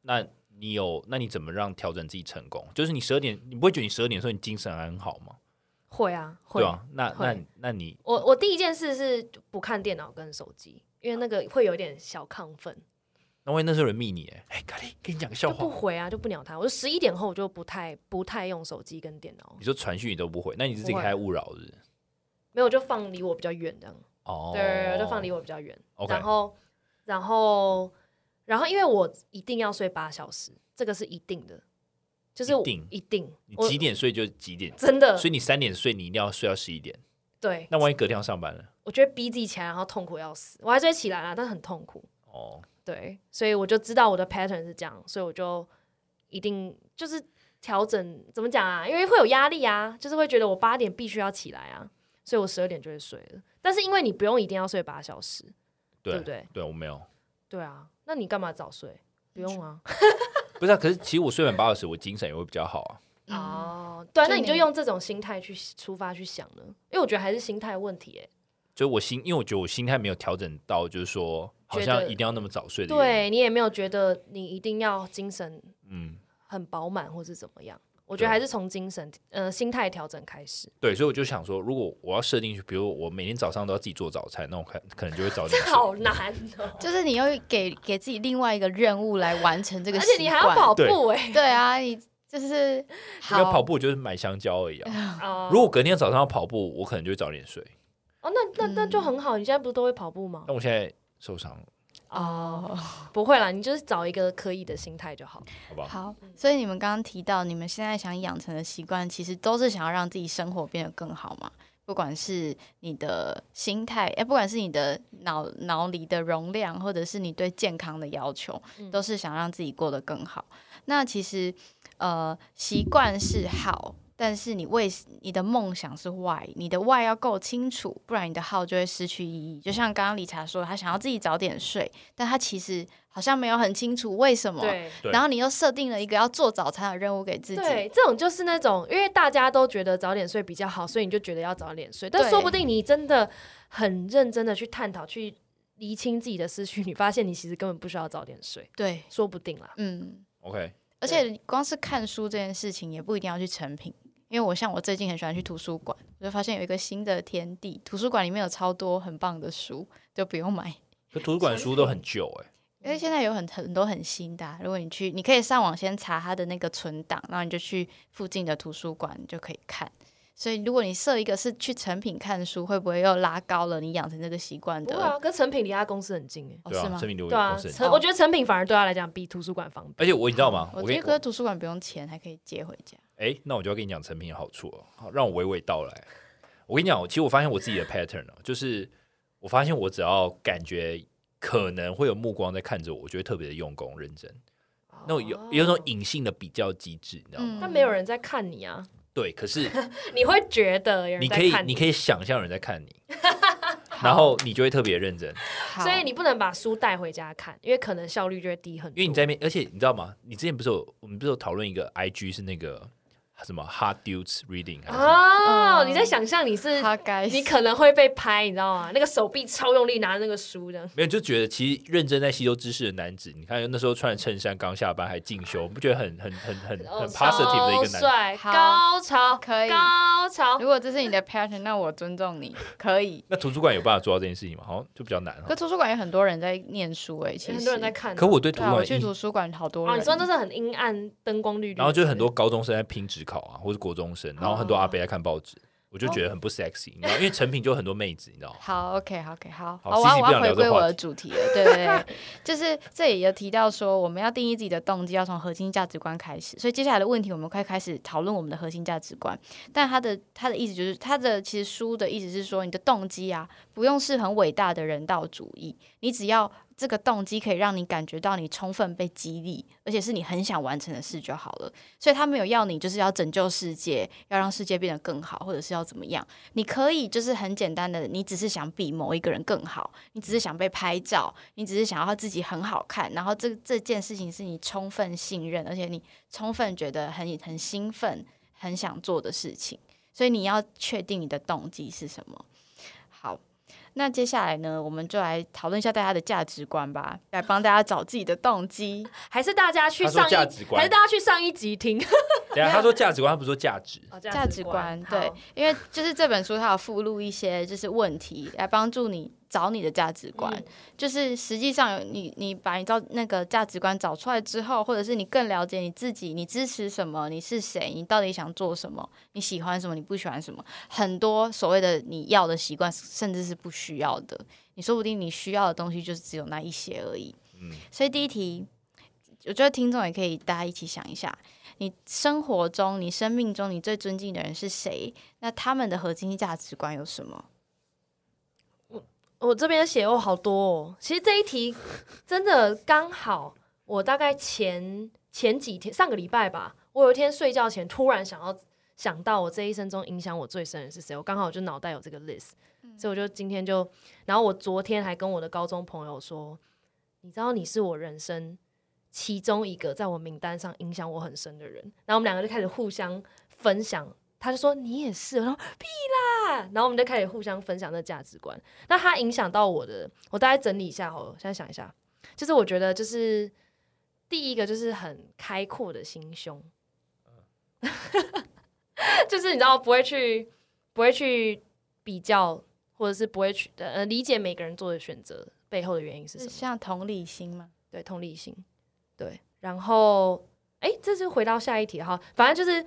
Speaker 3: 那你有，那你怎么让调整自己成功？就是你十二点，你不会觉得你十二点的时候你精神还很好吗？
Speaker 2: 会啊，会
Speaker 3: 对啊，那那
Speaker 2: 会
Speaker 3: 那你
Speaker 2: 我我第一件事是不看电脑跟手机，因为那个会有点小亢奋，
Speaker 3: 那万一那时候有人密你，哎、凯莉，跟你讲个笑
Speaker 2: 就
Speaker 3: 话
Speaker 2: 不，回啊，就不鸟他。我就十一点后我就不太不太用手机跟电脑
Speaker 3: 你，说传讯你都不回，那你是自己
Speaker 2: 不会
Speaker 3: 开勿扰日
Speaker 2: 没有我就放离我比较远这样。
Speaker 3: 哦，
Speaker 2: 对对，对就放离我比较远。
Speaker 3: OK
Speaker 2: 然后，然后，然后，因为我一定要睡八小时，这个是一定的，就是
Speaker 3: 一
Speaker 2: 我
Speaker 3: 定
Speaker 2: 一定
Speaker 3: 你
Speaker 2: 我
Speaker 3: 几点睡就几点，
Speaker 2: 真的
Speaker 3: 所以你三点睡，你一定要睡到十一点。
Speaker 2: 对。
Speaker 3: 那万一隔天要上班了，
Speaker 2: 我就会逼自己起来，然后痛苦要死。我还是会起来啦，但很痛苦。
Speaker 3: 哦，
Speaker 2: 对，所以我就知道我的 pattern 是这样，所以我就一定就是调整怎么讲啊？因为会有压力啊，就是会觉得我八点必须要起来啊，所以我十二点就会睡了。但是因为你不用一定要睡八小时，
Speaker 3: 对
Speaker 2: 对不对？
Speaker 3: 对我没有，
Speaker 2: 对啊，那你干嘛早睡？不用啊。
Speaker 3: 不是啊，可是其实我睡满八小时，我精神也会比较好啊。
Speaker 1: 嗯
Speaker 2: 哦，对啊，
Speaker 1: 就
Speaker 2: 那你就
Speaker 1: 你
Speaker 2: 用这种心态去出发去想呢，因为我觉得还是心态问题、欸，
Speaker 3: 就我心，因为我觉得我心态没有调整到，就是说好像
Speaker 2: 觉得
Speaker 3: 一定要那么早睡的。，
Speaker 2: 对你也没有觉得你一定要精神
Speaker 3: 嗯，
Speaker 2: 很饱满或是怎么样。我觉得
Speaker 3: 对啊
Speaker 2: 还是从精神呃心态调整开始，
Speaker 3: 对，所以我就想说，如果我要设定去，比如我每天早上都要自己做早餐，那我可可能就会早点睡。
Speaker 2: 好难 哦、
Speaker 1: 就是你又给给自己另外一个任务来完成这个
Speaker 2: 而
Speaker 1: 习
Speaker 2: 且
Speaker 1: 惯，
Speaker 2: 你还要跑
Speaker 3: 对
Speaker 2: 步 哎、
Speaker 1: 对啊，你就是
Speaker 3: 这
Speaker 1: 好
Speaker 3: 个跑步就是买香蕉而已啊。
Speaker 2: 哦
Speaker 3: 如果隔天早上要跑步，我可能就会早点睡。
Speaker 2: 哦，那那那就很好，你现在不是都会跑步吗？
Speaker 3: 但我现在受伤了，
Speaker 2: 哦，不会啦，你就是找一个可以的心态就好。
Speaker 3: 好不好？
Speaker 1: 好，所以你们刚刚提到，你们现在想养成的习惯，其实都是想要让自己生活变得更好嘛。不管是你的心态，哎、不管是你的脑脑里的容量，或者是你对健康的要求，都是想让自己过得更好。那其实，呃，习惯是好，但是你为你的梦想是 why，你的 why 要够清楚，不然你的好就会失去意义。就像刚刚理查说，他想要自己早点睡，但他其实好像没有很清楚为什么。
Speaker 2: 对
Speaker 3: 对
Speaker 1: 然后你又设定了一个要做早餐的任务给自己，
Speaker 2: 对，这种就是那种，因为大家都觉得早点睡比较好，所以你就觉得要早点睡。但
Speaker 1: 对
Speaker 2: 说不定你真的很认真的去探讨、去厘清自己的思绪，你发现你其实根本不需要早点睡，
Speaker 1: 对，
Speaker 2: 说不定啦。
Speaker 1: 嗯，
Speaker 3: OK，
Speaker 1: 而且光是看书这件事情也不一定要去成品，因为我像我最近很喜欢去图书馆，我就发现有一个新的天地，图书馆里面有超多很棒的书，就不用买。
Speaker 3: 可图书馆书都很旧哎、
Speaker 1: 因为现在有很很多很新的啊、如果你去，你可以上网先查它的那个存档，然后你就去附近的图书馆，你就可以看。所以如果你设一个是去成品看书，会不会又拉高了你养成这个习惯
Speaker 2: 不
Speaker 1: 的？
Speaker 2: 会啊，跟成品离他公司很近哎、
Speaker 1: 哦，
Speaker 3: 对
Speaker 1: 是
Speaker 3: 啊，
Speaker 1: 吗
Speaker 3: 成？品流
Speaker 2: 对啊，
Speaker 3: 公司很
Speaker 2: 成我觉得成品反而对他来讲比图书馆方便。
Speaker 3: 而且我你知道吗？
Speaker 1: 哦我
Speaker 3: 跟
Speaker 1: 觉
Speaker 3: 你
Speaker 1: 得搁图书馆不用钱，还可以借回家。
Speaker 3: 哎，那我就要跟你讲成品的好处哦，好让我娓娓道来。我跟你讲，我其实我发现我自己的 pattern 哦，就是我发现我只要感觉可能会有目光在看着我，我就会特别的用功认真。那我有有一种隐性的比较机制，你知道吗？
Speaker 2: 但没有人在看你啊，
Speaker 3: 对，可是
Speaker 2: 你会觉得有人
Speaker 3: 你
Speaker 2: 在
Speaker 3: 可以
Speaker 2: 看
Speaker 3: 你可以想象有人在看你，然后你就会特别认真，
Speaker 1: 好，
Speaker 2: 所以你不能把书带回家看，因为可能效率就会低很多。
Speaker 3: 因为你在面，而且你知道吗？你之前不是有我们不是有讨论一个 IG 是那个什么 Hard Dudes Reading 还是什么？
Speaker 2: 哦，
Speaker 1: 嗯
Speaker 2: 你在想象你哎是
Speaker 1: 他该
Speaker 2: 你可能会被拍，你知道吗？那个手臂超用力拿那个书的，
Speaker 3: 没有，就觉得其实认真在吸收知识的男子，你看那时候穿着衬衫刚下班还进修，不觉得很很很很
Speaker 2: 哦
Speaker 3: 很 positive 的一
Speaker 2: 超
Speaker 3: 个男？
Speaker 2: 帅，
Speaker 1: 好
Speaker 2: 高潮
Speaker 1: 可以
Speaker 2: 高潮
Speaker 1: 如。果这是你的 pattern，那我尊重你，可以。
Speaker 3: 那图书馆有办法做到这件事情吗？好像就比较难
Speaker 1: 可
Speaker 3: 哈。
Speaker 1: 图书馆有很多人在念书哎、其实
Speaker 2: 很多人在看，
Speaker 3: 可我对图
Speaker 1: 对
Speaker 3: 书
Speaker 1: 啊，我
Speaker 3: 馆的
Speaker 1: 去
Speaker 3: 印
Speaker 1: 图书馆好多人。
Speaker 2: 哦，你说这是很阴暗，灯光绿绿的，
Speaker 3: 然后就是很多高中生在拼职考啊，或是国中生，然后很多阿伯在看报纸，我就觉得很不 sexy，你知道，因为成品就很多妹子，你 知道。
Speaker 1: 好，OK，OK，、好，
Speaker 3: 好
Speaker 1: 好我要
Speaker 3: 西西
Speaker 1: 我要
Speaker 3: 不想
Speaker 1: 回
Speaker 3: 聊这
Speaker 1: 归
Speaker 3: 话
Speaker 1: 我的主题了，对对对，就是这里有提到说，我们要定义自己的动机，要从核心价值观开始。所以接下来的问题，我们快开始讨论我们的核心价值观。但他的他的意思就是，他的其实书的意思是说，你的动机啊，不用是很伟大的人道主义，你只要这个动机可以让你感觉到你充分被激励，而且是你很想完成的事就好了。所以他没有要你就是要拯救世界，要让世界变得更好，或者是要怎么样。你可以就是很简单的，你只是想比某一个人更好，你只是想被拍照，你只是想要自己很好看，然后这这件事情是你充分信任，而且你充分觉得很很兴奋、很想做的事情，所以你要确定你的动机是什么。好，那接下来呢，我们就来讨论一下大家的价值观吧，来帮大家找自己的动机。
Speaker 2: 还是大家去
Speaker 3: 他说
Speaker 2: 上一，
Speaker 3: 价值观
Speaker 2: 还是大家去上一集听哦
Speaker 3: 等一啊下他说价值观，他不是说价值，
Speaker 1: 价值观，对，因为就是这本书它有附录一些就是问题来帮助你找你的价值观，
Speaker 2: 嗯
Speaker 1: 就是实际上有你你把你到那个价值观找出来之后，或者是你更了解你自己，你支持什么，你是谁，你到底想做什么，你喜欢什么，你不喜欢什么，很多所谓的你要的习惯，甚至是不需要的，你说不定你需要的东西就是只有那一些而已。
Speaker 3: 嗯
Speaker 1: 所以第一题，我觉得听众也可以大家一起想一下，你生活中、你生命中你最尊敬的人是谁？那他们的核心价值观有什么？
Speaker 2: 我这边写哦好多哦，其实这一题真的刚好，我大概前前几天上个礼拜吧，我有一天睡觉前突然想要想到我这一生中影响我最深的是谁，我刚好就脑袋有这个 list，、所以我就今天就，然后我昨天还跟我的高中朋友说，你知道你是我人生其中一个在我名单上影响我很深的人，然后我们两个就开始互相分享。他就说你也是，我说屁啦，然后我们就开始互相分享那价值观。那它影响到我的，我大概整理一下好了，现在想一下，就是我觉得就是第一个就是很开阔的心胸， 就是你知道不会去不会去比较，或者是不会去呃理解每个人做的选择背后的原因是
Speaker 1: 是
Speaker 2: 什么，
Speaker 1: 像同理心吗？
Speaker 2: 对同理心，对，然后哎，这就回到下一题哈，反正就是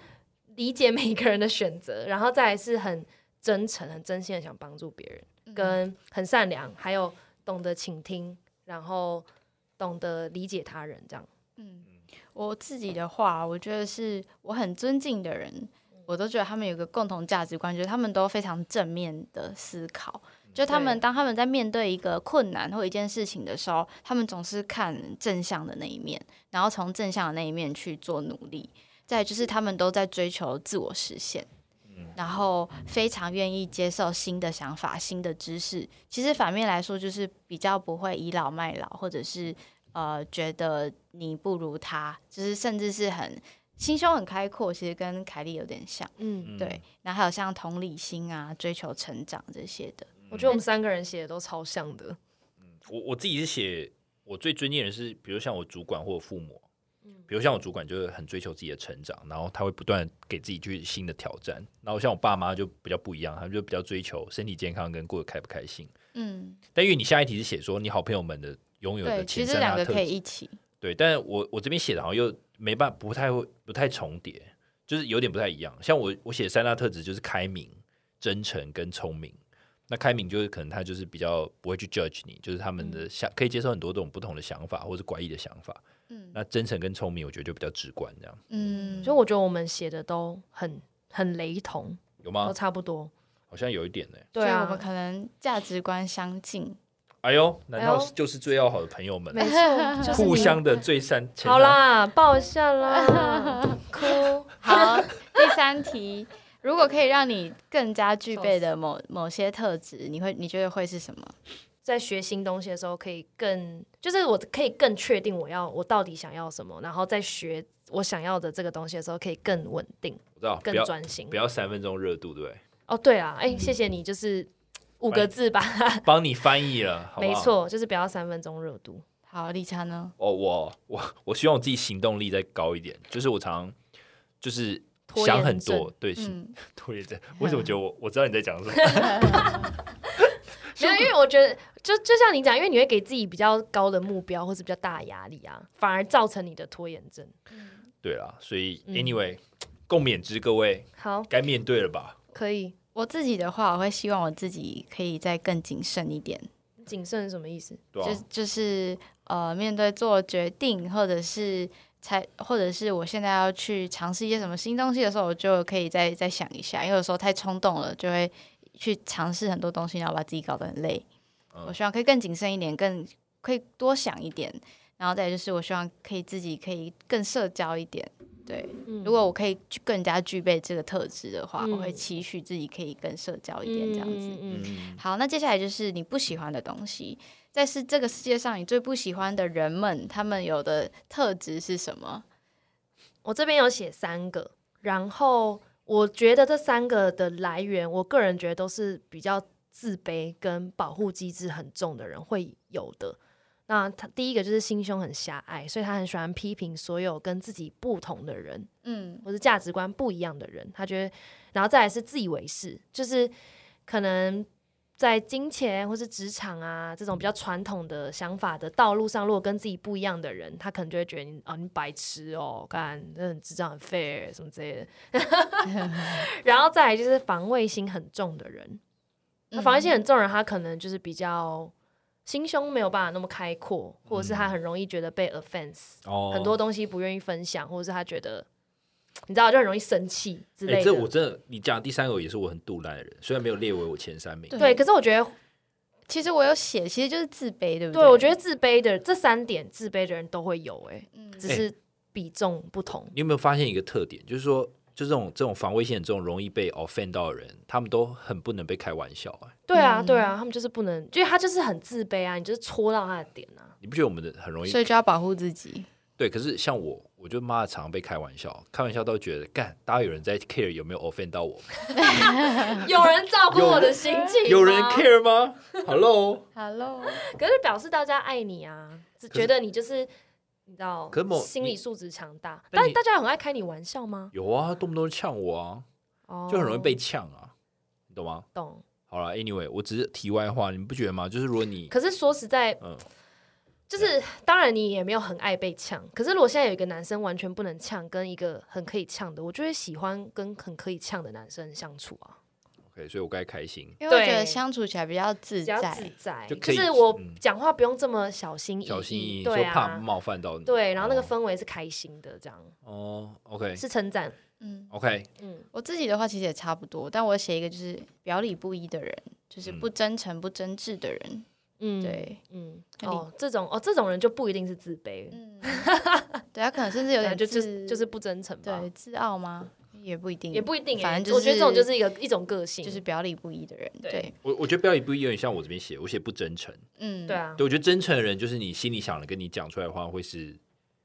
Speaker 2: 理解每个人的选择，然后再来是很真诚、很真心的想帮助别人。跟很善良，还有懂得倾听，然后懂得理解他人，这样。
Speaker 1: 嗯，我自己的话，我觉得是我很尊敬的人，我都觉得他们有个共同价值观，就是他们都非常正面的思考。就他们
Speaker 2: 对
Speaker 1: 当他们在面对一个困难或一件事情的时候，他们总是看正向的那一面，然后从正向的那一面去做努力。再来就是他们都在追求自我实现。然后非常愿意接受新的想法、新的知识。其实反面来说，就是比较不会倚老卖老，或者是呃觉得你不如他，就是甚至是很心胸很开阔。其实跟凯莉有点像，
Speaker 2: 嗯，
Speaker 3: 嗯
Speaker 1: 对。然后还有像同理心啊、追求成长这些的。
Speaker 2: 我
Speaker 3: 嗯
Speaker 2: 觉得我们三个人写的都超像的。
Speaker 3: 我我自己是写，我最尊敬的人是，比如像我主管或我父母，
Speaker 1: 嗯
Speaker 3: 比如像我主管就是很追求自己的成长，然后他会不断地给自己去新的挑战。然后像我爸妈就比较不一样，他们就比较追求身体健康跟过得开不开心。
Speaker 1: 嗯，
Speaker 3: 但因为你下一题是写说你好朋友们的拥有的
Speaker 1: 对，
Speaker 3: 前
Speaker 1: 其实
Speaker 3: 三
Speaker 1: 两
Speaker 3: 大
Speaker 1: 个
Speaker 3: 特
Speaker 1: 可以
Speaker 3: 质，
Speaker 1: 一起。
Speaker 3: 对，但我我这边写的好像又没办法，不太会不太重叠，就是有点不太一样。像我我写三大特质就是开明、真诚跟聪明。那开明就是可能他就是比较不会去 judge 你，就是他们
Speaker 2: 嗯
Speaker 3: 的想可以接受很多种不同的想法或是怪异的想法。
Speaker 1: 嗯
Speaker 3: 那真诚跟聪明，我觉得就比较直观，这样
Speaker 1: 嗯，
Speaker 2: 所以我觉得我们写的都很很雷同，
Speaker 3: 有
Speaker 2: 都
Speaker 3: 吗？
Speaker 2: 差不多。
Speaker 3: 好像有一点呢、
Speaker 2: 对
Speaker 1: 所以
Speaker 2: 啊，
Speaker 1: 我们可能价值观相 近，
Speaker 3: 哎呦，难道
Speaker 2: 哎呦
Speaker 3: 就是最要好的朋友们？啊
Speaker 2: 没错， 就是你
Speaker 3: 互相的最善。前
Speaker 2: 好
Speaker 3: 三
Speaker 2: 啦，抱一下 啦，哭。
Speaker 1: 好，第三题，如果可以让你更加具备的某某些特质，你会你觉得会是什么？
Speaker 2: 在学新东西的时候，可以更就是我可以更确定我要我到底想要什么，然后在学我想要的这个东西的时候，可以更稳定、
Speaker 3: 我知道，啊不
Speaker 2: 更
Speaker 3: 要
Speaker 2: 专心
Speaker 3: 不。要三分钟热度，对不对？
Speaker 2: 哦，对啊，哎、谢谢你，就是五个字吧，
Speaker 3: 帮你翻译了，好不好
Speaker 2: 没。错，就是不要三分钟热度。
Speaker 1: 好，理查呢？
Speaker 3: 哦，我我我希望我自己行动力再高一点，就是我常就是
Speaker 2: 拖延
Speaker 3: 想很
Speaker 2: 症
Speaker 3: 多，对，行
Speaker 1: 嗯，
Speaker 3: 拖延症。为什么觉得 我我知道你在讲什么？
Speaker 2: 没有，因为我觉得就就像你讲，因为你会给自己比较高的目标或是比较大的压力啊，反而造成你的拖延症。
Speaker 3: 对啦，所以
Speaker 2: 嗯
Speaker 3: anyway，、共勉之各位，
Speaker 2: 好，
Speaker 3: 该面对了吧？
Speaker 2: 可以
Speaker 1: 我自己的话，我会希望我自己可以再更谨慎一点，
Speaker 2: 谨慎是什么意思？
Speaker 3: 对吧、啊
Speaker 1: 就就是呃，面对做决定或者是。才或者是我现在要去尝试一些什么新东西的时候，我就可以再再想一下，因为有时候太冲动了，就会去尝试很多东西，然后把自己搞得很累。
Speaker 3: 嗯
Speaker 1: 我希望可以更谨慎一点，更可以多想一点，然后再来就是我希望可以自己可以更社交一点。对，
Speaker 2: 嗯
Speaker 1: 如果我可以具更加具备这个特质的话，
Speaker 2: 嗯
Speaker 1: 我会期许自己可以更社交一点，这样子。
Speaker 2: 嗯嗯
Speaker 3: 嗯，
Speaker 1: 好，那接下来就是你不喜欢的东西，在是这个世界上你最不喜欢的人们，他们有的特质是什么？
Speaker 2: 我这边有写三个，然后我觉得这三个的来源，我个人觉得都是比较自卑跟保护机制很重的人会有的。那他第一个就是心胸很狭隘，所以他很喜欢批评所有跟自己不同的人，
Speaker 1: 嗯
Speaker 2: 或是价值观不一样的人，他觉得，然后再来是自以为是，就是可能在金钱或是职场啊这种比较传统的想法的道路上，如果跟自己不一样的人，他可能就会觉得你啊你白痴哦，干那很智障很废什么之类的， 然后再来就是防卫心很重的人，那防卫心很重的人，他可能就是比较。心胸没有办法那么开阔，或者是他很容易觉得被 offense，、
Speaker 3: 哦
Speaker 2: 很多东西不愿意分享，或者是他觉得你知道就很容易生气之
Speaker 3: 哎、
Speaker 2: 类的。
Speaker 3: 这我真的，你讲的第三个也是我很杜烂的人，虽然没有列为我前三名，
Speaker 1: 对
Speaker 2: 对，可是我觉得，
Speaker 1: 其实我有写，其实就是自卑，对不对？
Speaker 2: 对我觉得自卑的这三点，自卑的人都会有、欸，
Speaker 1: 嗯
Speaker 2: 只是比重不同。
Speaker 3: 你有没有发现一个特点？就是说，就这种这种防卫线这种容易被 offend 到的人，他们都很不能被开玩笑、哎，
Speaker 2: 对啊，
Speaker 1: 嗯
Speaker 2: 对啊，他们就是不能，因为他就是很自卑啊，你就是戳到他的点啊。
Speaker 3: 你不觉得我们的很容易
Speaker 1: 所以就要保护自己。
Speaker 3: 对？可是像我，我就妈的常常被开玩笑，开玩笑到觉得干，大家有人在 care 有没有 offend 到我？
Speaker 2: 有人照顾我的心情哦吗，
Speaker 3: 有人 care 吗？Hello，
Speaker 1: Hello，
Speaker 2: 可是表示大家爱你啊，只
Speaker 3: 可是
Speaker 2: 觉得你就是你知道
Speaker 3: 可是某，
Speaker 2: 心理
Speaker 3: 你
Speaker 2: 素质强大。
Speaker 3: 但
Speaker 2: 但
Speaker 3: 你
Speaker 2: 大家很爱开你玩笑吗？
Speaker 3: 有啊，动不动就呛我啊，
Speaker 2: 哦
Speaker 3: 就很容易被呛啊，你懂吗？
Speaker 2: 懂。
Speaker 3: 好了，Anyway，我只是题外话，你们不觉得吗？就是如果你
Speaker 2: 可是说实在，
Speaker 3: 嗯
Speaker 2: 就是当然你也没有很爱被呛，可是如果现在有一个男生完全不能呛，跟一个很可以呛的，我就会喜欢跟很可以呛的男生相处啊，
Speaker 3: OK，所以我该开心，
Speaker 1: 因为我觉
Speaker 2: 对
Speaker 1: 得相处起来比较自
Speaker 2: 比较
Speaker 1: 在，
Speaker 2: 自在，
Speaker 3: 就
Speaker 2: 就
Speaker 3: 可以
Speaker 2: 是我
Speaker 3: 嗯
Speaker 2: 讲话不用这么小心翼翼，
Speaker 3: 小心翼翼，
Speaker 2: 对
Speaker 3: 说怕
Speaker 2: 啊，
Speaker 3: 冒犯到你。
Speaker 2: 对，然后那个
Speaker 3: 哦
Speaker 2: 氛围是开心的，这样
Speaker 3: 哦，OK
Speaker 2: 是称赞，
Speaker 1: 嗯，
Speaker 3: OK，
Speaker 2: 嗯，
Speaker 1: 我自己的话其实也差不多，但我写一个就是表里不一的人，就是
Speaker 3: 嗯
Speaker 1: 不真诚、不真挚的人。
Speaker 2: 嗯，
Speaker 1: 对，
Speaker 2: 嗯，
Speaker 1: 那你
Speaker 2: 哦，这种哦，这种人就不一定是自卑，
Speaker 1: 嗯，对他可能甚至有
Speaker 2: 对啊
Speaker 1: 点
Speaker 2: 就
Speaker 1: 自
Speaker 2: 就是就是不真诚吧
Speaker 1: 对，自傲吗？也不一定，
Speaker 2: 也不一定欸，
Speaker 1: 反正就
Speaker 2: 我觉得这种就是是一个一种个性，
Speaker 1: 就是嗯表里不一的人。
Speaker 2: 对
Speaker 1: 对，
Speaker 3: 我我觉得表里不一有点像我这边写，我写不真诚。
Speaker 1: 嗯，
Speaker 2: 对，啊，
Speaker 3: 对，我觉得真诚的人就是你心里想的，跟你讲出来的话会是，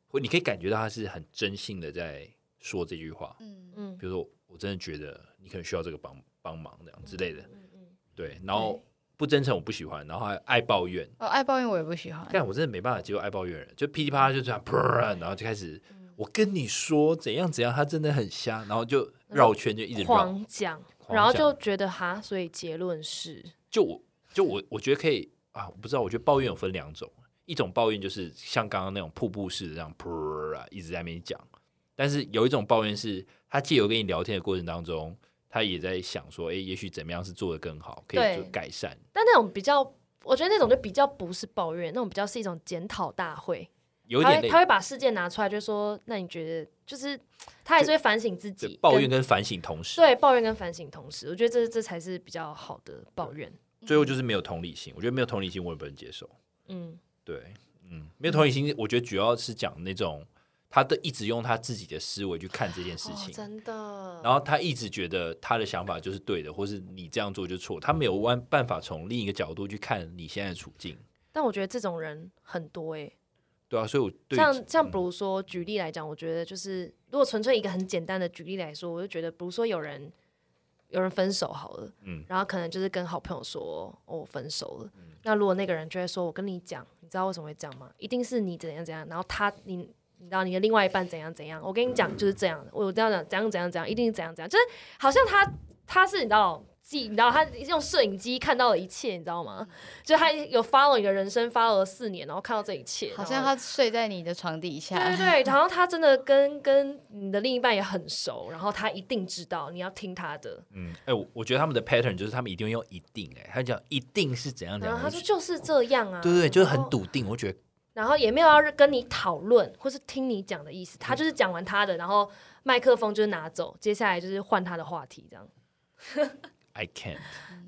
Speaker 3: 会你可以感觉到他是很真心的在说这句话。
Speaker 1: 嗯，
Speaker 2: 嗯
Speaker 3: 比如说，我真的觉得你可能需要这个帮帮忙这样之类的。
Speaker 2: 嗯嗯。
Speaker 3: 对，然后不真诚我不喜欢，然后还爱抱怨。
Speaker 1: 哦，爱抱怨我也不喜欢。
Speaker 2: 啊
Speaker 3: 但我真的没办法接受爱抱怨的人，就噼里啪啦就这样， 噗然后就开始。我跟你说怎样怎样，他真的很瞎，然后就绕圈就一直绕。
Speaker 2: 狂讲，
Speaker 3: 狂
Speaker 2: 然后
Speaker 3: 讲
Speaker 2: 就觉得哈，所以结论是，
Speaker 3: 就我就我我觉得可以啊，我不知道，我觉得抱怨有分两种，一种抱怨就是像刚刚那种瀑布式的这样噗啊一直在那边讲，但是有一种抱怨是，他借由跟你聊天的过程当中，他也在想说，哎、也许怎么样是做得更好，可以
Speaker 2: 对
Speaker 3: 做改善。
Speaker 2: 但那种比较，我觉得那种就比较不是抱怨，那种比较是一种检讨大会。
Speaker 3: 有一
Speaker 2: 他
Speaker 3: 点
Speaker 2: 会
Speaker 3: 类
Speaker 2: 他会把事件拿出来，就说：“那你觉得就是他还是会反省自
Speaker 3: 对
Speaker 2: 己，
Speaker 3: 抱
Speaker 2: 跟
Speaker 3: 怨跟反省同时，
Speaker 2: 对抱怨跟反省同时，我觉得这这才是比较好的抱怨。
Speaker 3: 最后就是没有同理心。我觉得没有同理心，我也不能接受。
Speaker 2: 嗯，
Speaker 3: 对，嗯，没有同理心，我觉得主要是讲那种他的一直用他自己的思维去看这件事情，
Speaker 2: 哦真的。
Speaker 3: 然后他一直觉得他的想法就是对的，或是你这样做就错，他没有办办法从另一个角度去看你现在的处境，
Speaker 2: 但我觉得这种人很多欸诶、
Speaker 3: 对啊，所以我对嗯
Speaker 2: 像像比如说举例来讲，我觉得就是如果纯粹一个很简单的举例来说，我就觉得，比如说有人有人分手好了，
Speaker 3: 嗯
Speaker 2: 然后可能就是跟好朋友说、哦、我分手了，那如果那个人就会说，我跟你讲，你知道为什么会这样吗？一定是你怎样怎样，然后他你。你知道你的另外一半怎样怎样？我跟你讲就是这样，我这样讲怎样怎样怎样，一定是怎样怎样，就是好像他他是你知道记，你知道他用摄影机看到了一切，你知道吗？就他有 follow 你的人生 follow 了四年，然后看到这一切，
Speaker 1: 好
Speaker 2: 然
Speaker 1: 像
Speaker 2: 后
Speaker 1: 他睡在你的床底下，
Speaker 2: 对对对，然后他真的跟跟你的另一半也很熟，然后他一定知道你要听他的。
Speaker 3: 嗯，哎、我我觉得他们的 pattern 就是他们一定会用一定、哎，他讲一定是怎样怎
Speaker 2: 然
Speaker 3: 样，
Speaker 2: 后他说
Speaker 3: 我就
Speaker 2: 就是这样啊，
Speaker 3: 对对，对就是很
Speaker 2: 然后，
Speaker 3: 笃定，我觉得
Speaker 2: 然后也没有要跟你讨论或是听你讲的意
Speaker 3: 嗯
Speaker 2: 思，他就是讲完他的，然后麦克风就是拿走，接下来就是换他的话题，这样
Speaker 3: I can，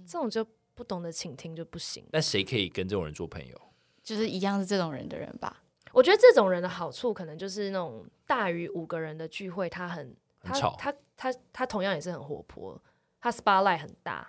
Speaker 2: 这种就不懂得倾听就不行。
Speaker 3: 但谁可以跟这种人做朋友？
Speaker 1: 就是一样是这种人的人吧。
Speaker 2: 我觉得这种人的好处可能就是那种大于五个人的聚会，他很他
Speaker 3: 很吵
Speaker 2: 他他他同样也是很活泼，他 spotlight 很大。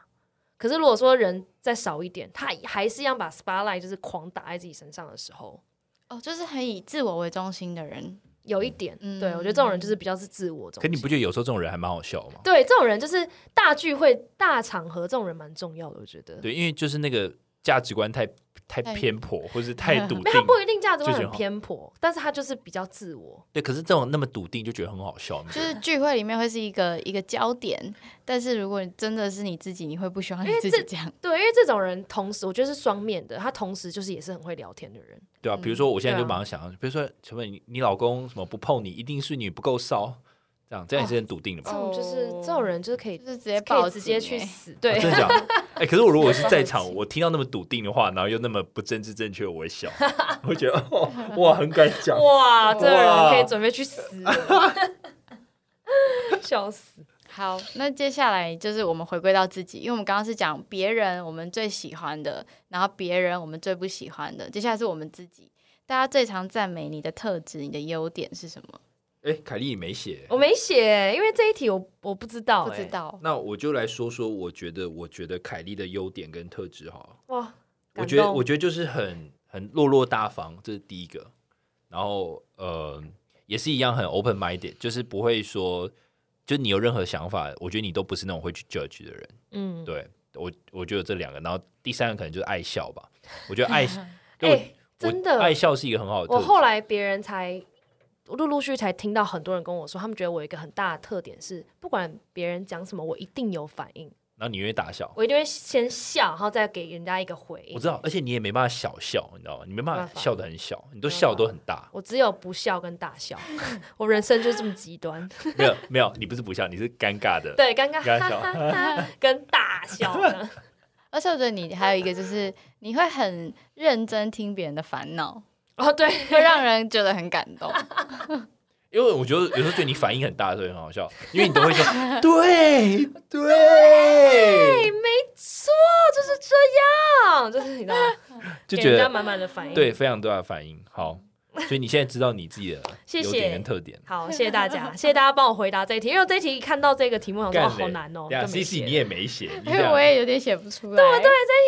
Speaker 2: 可是如果说人再少一点，他还是一样把 spotlight 就是狂打在自己身上的时候，
Speaker 1: 哦，就是很以自我为中心的人，
Speaker 2: 有一点，
Speaker 1: 嗯
Speaker 2: 对我觉得这种人就是比较是自我中
Speaker 3: 可
Speaker 2: 心。
Speaker 3: 你不觉得有时候这种人还蛮好笑吗？
Speaker 2: 对这种人就是大聚会、大场合，这种人蛮重要的，我觉得。
Speaker 3: 对，因为就是那个价值观太太
Speaker 1: 太
Speaker 3: 偏颇，或是太笃
Speaker 2: 没
Speaker 3: 定
Speaker 2: 有，他。不一定价值观
Speaker 3: 就觉得
Speaker 2: 很
Speaker 3: 好
Speaker 2: 偏颇，但是他就是比较自我。
Speaker 3: 对，可是这种那么笃定就觉得很好笑。
Speaker 1: 就是聚会里面会是一个一个焦点，但是如果真的是你自己，你会不希望你
Speaker 2: 因为
Speaker 1: 自己
Speaker 2: 这
Speaker 1: 这样。
Speaker 2: 对，因为这种人同时我觉得是双面的，他同时就是也是很会聊天的人。
Speaker 3: 对啊，比如说我现在
Speaker 2: 对
Speaker 3: 就
Speaker 2: 啊
Speaker 3: 马上想，比如说什么你你老公什么不碰你，一定是你不够骚，这样这样也是很笃定的
Speaker 2: 这
Speaker 3: 吧？
Speaker 2: 种就是
Speaker 1: 哦
Speaker 2: 这种人就是可 以
Speaker 1: 就是直接
Speaker 2: 可
Speaker 1: 报
Speaker 2: 以直接
Speaker 1: 警
Speaker 2: 去
Speaker 1: 欸
Speaker 2: 死，对
Speaker 3: 啊真，的假的？哎、可是我如果是在场，
Speaker 2: 好奇
Speaker 3: 我听到那么笃定的话，然后又那么不政治正确，我会笑，我会觉得哦哇，很敢讲。
Speaker 2: 哇，这个人
Speaker 3: 哇
Speaker 2: 可以准备去死 了，笑死，
Speaker 1: 好，那接下来就是我们回归到自己，因为我们刚刚是讲别人我们最喜欢的，然后别人我们最不喜欢的，接下来是我们自己。大家最常赞美你的特质、你的优点是什么？
Speaker 3: 哎、凯莉你没写，
Speaker 2: 我没写，因为这一题我我不知道，欸
Speaker 1: 不知，道，
Speaker 3: 那我就来说说，我觉得我觉得凯莉的优点跟特质好了。
Speaker 2: 哇，
Speaker 3: 我
Speaker 2: 感
Speaker 3: 觉得，
Speaker 2: 动
Speaker 3: 我觉得就是很很落落大方，这是第一个。然后，呃，也是一样很 open minded，就是不会说，就你有任何想法，我觉得你都不是那种会去 judge 的人。
Speaker 2: 嗯，
Speaker 3: 对我，我觉得有这两个。然后第三个可能就是爱笑吧。我觉得 爱，因为我
Speaker 2: 哎，真
Speaker 3: 我爱
Speaker 2: 的，
Speaker 3: 笑是一个很好的特
Speaker 2: 我
Speaker 3: 质。
Speaker 2: 后来别人才。我陆陆续续才听到很多人跟我说，他们觉得我有一个很大的特点是，不管别人讲什么，我一定有反应，
Speaker 3: 然后你愿意大笑，
Speaker 2: 我一定会先笑，然后再给人家一个回应。
Speaker 3: 我知道，而且你也没办法小笑，你知道吗？你没办
Speaker 2: 没
Speaker 3: 法
Speaker 2: 办法
Speaker 3: 笑的很小，你都笑都很大。
Speaker 2: 我只有不笑跟大笑， 我人生就这么极端。
Speaker 3: 没有没有，你不是不笑，你是尴 尬的。
Speaker 2: 对，刚刚
Speaker 3: 尴
Speaker 2: 哈
Speaker 3: 尬
Speaker 2: 哈哈 跟大笑呢，
Speaker 1: 而且我觉得你还有一个就是你会很认真听别人的烦 恼，
Speaker 2: 哦对，
Speaker 1: 会让人觉得很感动。
Speaker 3: 因为我觉得有时候对你反应很大，所以很好笑， 因为你都会说对对，
Speaker 2: 错就是这样，就是你知道吗，
Speaker 3: 就
Speaker 2: 给
Speaker 3: 觉
Speaker 2: 人家
Speaker 3: 得
Speaker 2: 满满的反应。
Speaker 3: 对，非常大的反应。好，所以你现在知道你自己的
Speaker 2: 谢谢
Speaker 3: 优点跟特点。
Speaker 2: 好，谢谢大家，谢谢大家帮我回答这一题，因为我这一题一看到这个题目，我想说
Speaker 3: 干
Speaker 2: 哦
Speaker 3: 嘞
Speaker 2: 好难哦，
Speaker 3: 等一下
Speaker 2: 根本没
Speaker 3: C C
Speaker 2: 写
Speaker 3: 你也没写，你
Speaker 1: 因为
Speaker 3: 这
Speaker 1: 我
Speaker 3: 样
Speaker 1: 也有点写不出来。对
Speaker 2: 啊
Speaker 1: 对，